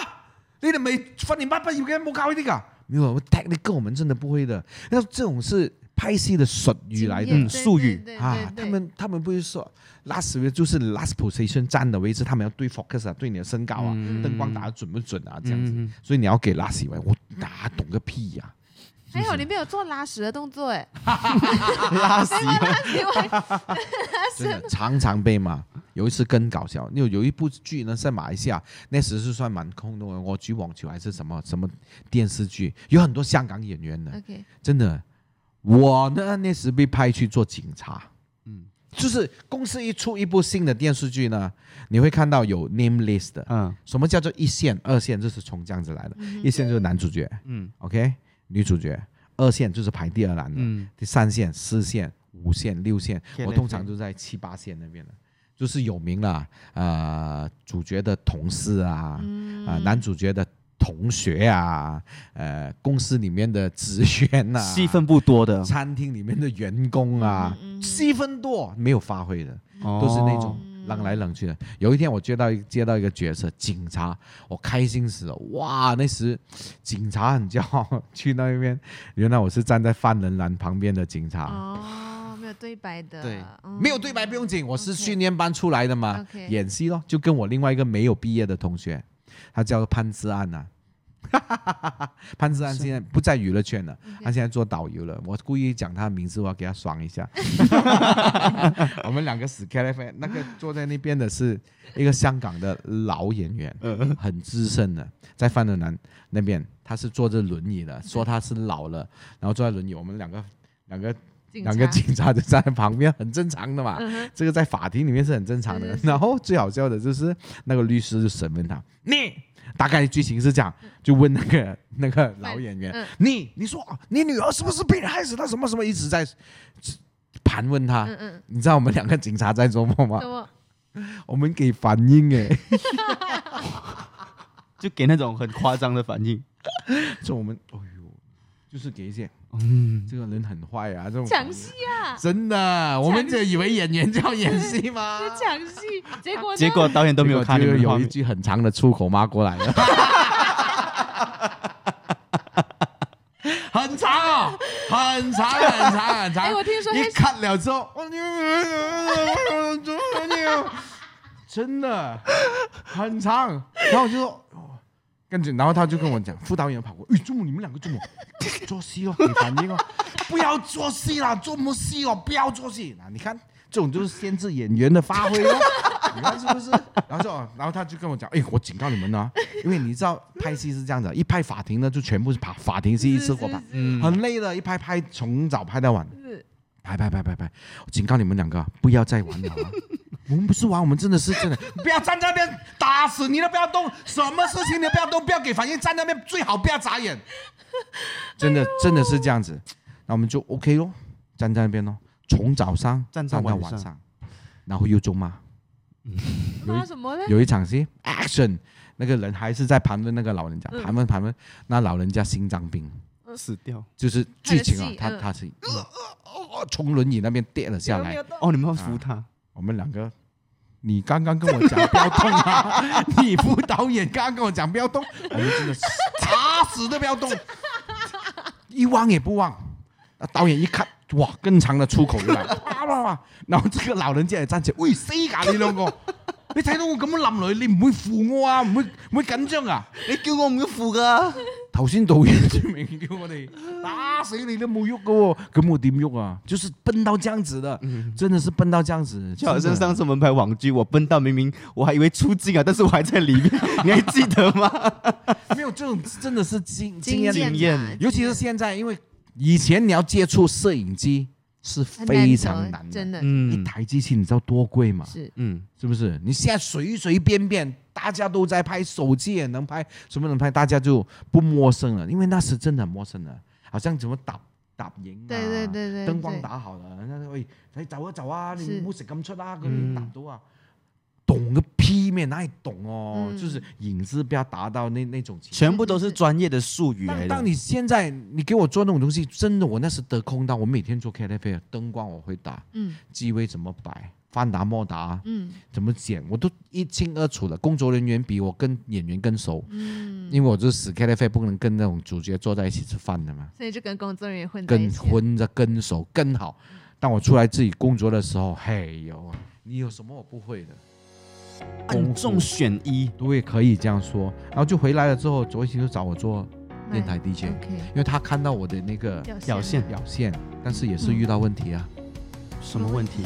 S1: 你哋未訓練班畢業嘅冇教呢啲㗎？沒有，我 technical 我們真的不會的。那這種是拍戲的術語來的
S3: 经验
S2: 嗯术语，
S3: 对对对
S1: 啊
S3: 对，
S1: 他
S3: 对
S1: 們他們不會說 last way 就是 last position 站的位置，他們要對 focus 啊，對你的身高啊，
S2: 嗯
S1: 燈光打得準不準啊，這樣子。
S2: 嗯嗯
S1: 所以你要給拉屎位，我哪懂個屁呀、
S3: 还哎好你没有做拉屎的动作，
S1: (laughs)
S3: 哎，
S2: 拉屎，
S3: 因为
S1: 真的常常被骂。有一次更搞笑，有有一部剧呢，在马来西亚那时是算蛮空洞的，我举网球还是什么什么电视剧，有很多香港演员的，
S3: OK，
S1: 真的。我呢那时被派去做警察，
S2: 嗯
S1: 就是公司一出一部新的电视剧呢，你会看到有 name list 的，
S2: 嗯
S1: 什么叫做一线、二线，就是从这样子来的。一线就是男主角
S2: 嗯
S1: ，OK，女主角；二线就是排第二栏的，
S2: 嗯，
S1: 第三线、四线、五线、六线，
S2: 天
S1: 我
S2: 雷
S1: 通
S2: 飞
S1: 常都在七八线那边了，就是有名了。呃，主角的同事啊，啊、
S2: 嗯
S1: 男主角的同学啊，呃，公司里面的职员呐、啊，
S2: 戏份不嗯多的，
S1: 餐厅里面的员工 (laughs) 啊，
S3: 嗯
S1: 戏份多没有发挥的，
S2: 都
S1: (laughs)
S3: 哦
S1: 都是那
S2: 哦
S1: 种冷来冷去的。有一天我接到一接到一个角色，警察，我开心死了！哇，那时警察很骄傲， (laughs) 去那边，原来我是站在犯人栏旁边的警察。
S3: 哦，没有对白的，
S2: 对
S3: 嗯
S1: 没有对白不用紧，我是
S3: OK
S1: 训练班出来的嘛
S3: OK
S1: 演戏咯，就跟我另外一个没有毕业的同学，他叫潘志安呐、 (laughs) 潘志安现在不在娱乐圈了
S3: OK
S1: 他现在做导游了。我故意讲他的名字，我要给他爽一下。 (laughs) 我们两个死 K F，那个坐在那边的是一个香港的老演员，很资深的，在范德南那边，他是坐着轮椅的，说他是老了，然后坐在轮椅，我们两个两个
S3: 警
S1: 两个
S3: 察
S1: 警察就站在旁边，很正常的嘛。
S3: 嗯哼嗯
S1: 这个在法庭里面是很正常的
S3: 是。是
S1: 然后最好笑的就是那个律师就审问他，你大概剧情是这样，就问那个那个老演员，
S3: 嗯
S1: 你你说你女儿是不是被人害死？她什么什么一直在盘问他。
S3: 嗯嗯，
S1: 你知道我们两个警察在做梦吗
S3: 怎？么？
S1: 我们给反
S3: (laughs)
S1: 应哎，
S2: 就给那种很夸张的反应。
S1: 就我们，哎呦，就是给一些
S2: 嗯，
S1: 这个人很坏啊，这种反
S3: 抢
S1: 应
S3: 戏啊，
S1: 真的，我们
S3: 抢
S1: 这以为演员就要演
S3: (laughs)
S1: 戏吗？
S3: 这抢戏，结果
S2: (laughs)
S3: 呢
S2: 结果导演都没有看你
S1: 结果
S2: 们
S1: 就
S2: 的画
S1: 有一
S2: 面，
S1: 句很长的粗口骂过来了，很长哦，很长很长很长。
S3: 哎我听说
S1: 一
S3: 黑
S1: 看了之后，我真的很长，然后我就说。哦跟着，然后他就跟我讲，副导演跑过，哎，中午你们两个 (laughs) 中午做戏哦，你反应哦， (laughs) 不要做戏啦，做么戏哦，不要做戏啊！你看这种就是限制演员的发挥哦， (laughs) 你看是不是？然后就，哦然后他就跟我讲，哎，我警告你们呢、因为你知道拍戏是这样的，啊一拍法庭呢就全部是法法庭戏一次过拍，
S2: 嗯，
S1: 很累的，一拍拍从早拍到晚，
S3: 是
S1: 拍拍拍拍拍，我警告你们两个啊，不要再玩了、啊。我们不是玩，我们真的是真的， (laughs) 不要站在那边，打死你都不要动，什么事情你都不要动，不要给反应，站在那边最好不要眨眼。真的真的是这样子，那我们就 OK 咯，站在那边咯，从早上
S2: 站到
S1: 到
S2: 晚上
S1: 上，然后又中骂。有一
S3: 骂什么嘞？
S1: 有一场戏 action，那个人还是在盘问那个老人家，
S3: 嗯
S1: 盘问盘问，那老人家心脏病，
S2: 死掉。
S1: 就是剧情啊，
S3: 他
S1: 他
S3: 的戏嗯
S1: 他是、呃呃呃从轮椅那边跌了下来，
S2: 哦，你们要扶他，
S1: 我们两个，你刚刚跟我讲不要动啊， (laughs) 你副导演刚刚跟我讲不要动，我们真的是打死都不要动，一望也不望。那导演一看，哇，更长的出口就来了，哇哇哇！然后这个老人家也站起来，喂，死噶你兩個！你睇到我咁樣冧落去，你唔會扶我啊？唔會唔會緊張啊？
S2: 你叫我唔要扶啊噶，
S1: 頭先導演最明叫我哋打死你都冇喐噶喎，咁我點喐啊？就是笨到這樣子的，真的是笨到這樣
S2: (laughs)
S1: 子，
S2: 就好像
S1: 真的
S2: 上次我们拍网剧，我笨到明明我还以为出镜啊，但是我还在里面， (laughs) 你还记得 (laughs) 吗？
S1: 没有这种真的是经
S3: 经
S1: 验，
S3: 验
S2: 经
S3: 嘛
S2: 验
S1: 尤其是现在，因为以前你要接触摄影机是
S3: 很
S1: 非
S3: 得
S1: 常难的，
S3: 真的
S1: 一
S2: 嗯
S1: 台机器你知道多贵吗？
S3: 是
S2: 嗯，
S1: 是不是？你现在随随便便大家都在拍，手机也能拍，什么能拍，大家就不陌生了，因为那时真的很陌生了，好像怎么打打赢啊，
S3: 对对对对，
S1: 灯光
S3: 对
S1: 打好了，人家喂，你走啊走啊，你
S3: 是
S1: 唔好食咁出啦，咁
S2: 嗯
S1: 你打到啊，懂個屁咩？哪里懂哦？
S3: 嗯
S1: 就是影子不要达到那那种情况。
S2: 全部都是专业的术语来的。
S1: 当当你现在你给我做那种东西，真的，我那时得空档，我每天做 K T F 灯光我会打，
S3: 嗯
S1: 机位怎么摆，翻达莫达
S3: 嗯
S1: 啊怎么剪，我都一清二楚了。工作人员比我跟演员更熟，
S3: 嗯，
S1: 因为我就是死 K T F 不能跟那种主角坐在一起吃饭的嘛。
S3: 所以就跟工作人员
S2: 嗯
S3: 混在一
S1: 跟
S3: 起了，
S1: 混着跟熟更好。当我出来自己工作的时候，嘿呦，你有什么我不会的？
S2: 万众选一，
S1: 对，可以这样说。然后就回来了之后，卓一奇就找我做
S3: 卖
S1: 电台 DJ，因
S2: 嗯
S3: OK
S1: 为他看到我的那个
S2: 表现
S1: 表现，但是也
S3: 嗯
S1: 是遇到问题啊，
S2: 什么问题？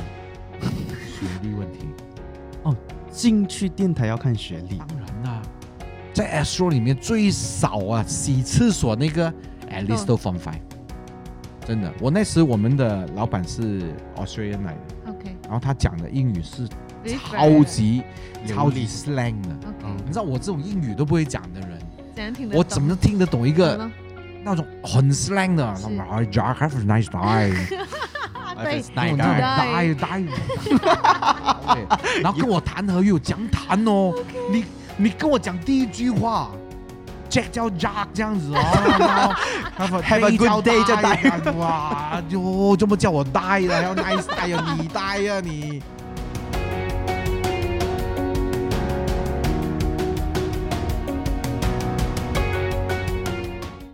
S1: 学历问题。
S2: 进去电台要看学历
S1: 当，然啦、在 Astro 里面最少啊洗厕所那个 at
S3: 嗯
S1: least 都 f r o five，真的。我那时我们的老板是 Australian 来的，
S3: OK，
S1: 然后他讲的英语是
S3: 日
S1: 超级
S2: 流利
S1: 超级 slang 的。
S3: OK，
S2: 嗯
S1: 你知道我这种英语都不会讲的人，
S3: 怎样听得
S1: 我
S3: 懂
S1: 怎么听得懂一个
S3: 嗯
S1: 那种很 slang 的？
S3: 是
S1: 什么 I j have a nice day，
S3: 啊
S2: 哎
S1: 哎
S3: 对，
S1: 哦那哎种
S3: guy
S1: 呆呆，对然后跟我谈何有讲谈哦，你你跟我讲第一句话。Jack 叫 Jack 这样子哦然后，Have
S2: Have a good day 叫
S1: die，哇，就这么叫我 die 了，还要 nice die 啊，你 die 啊你，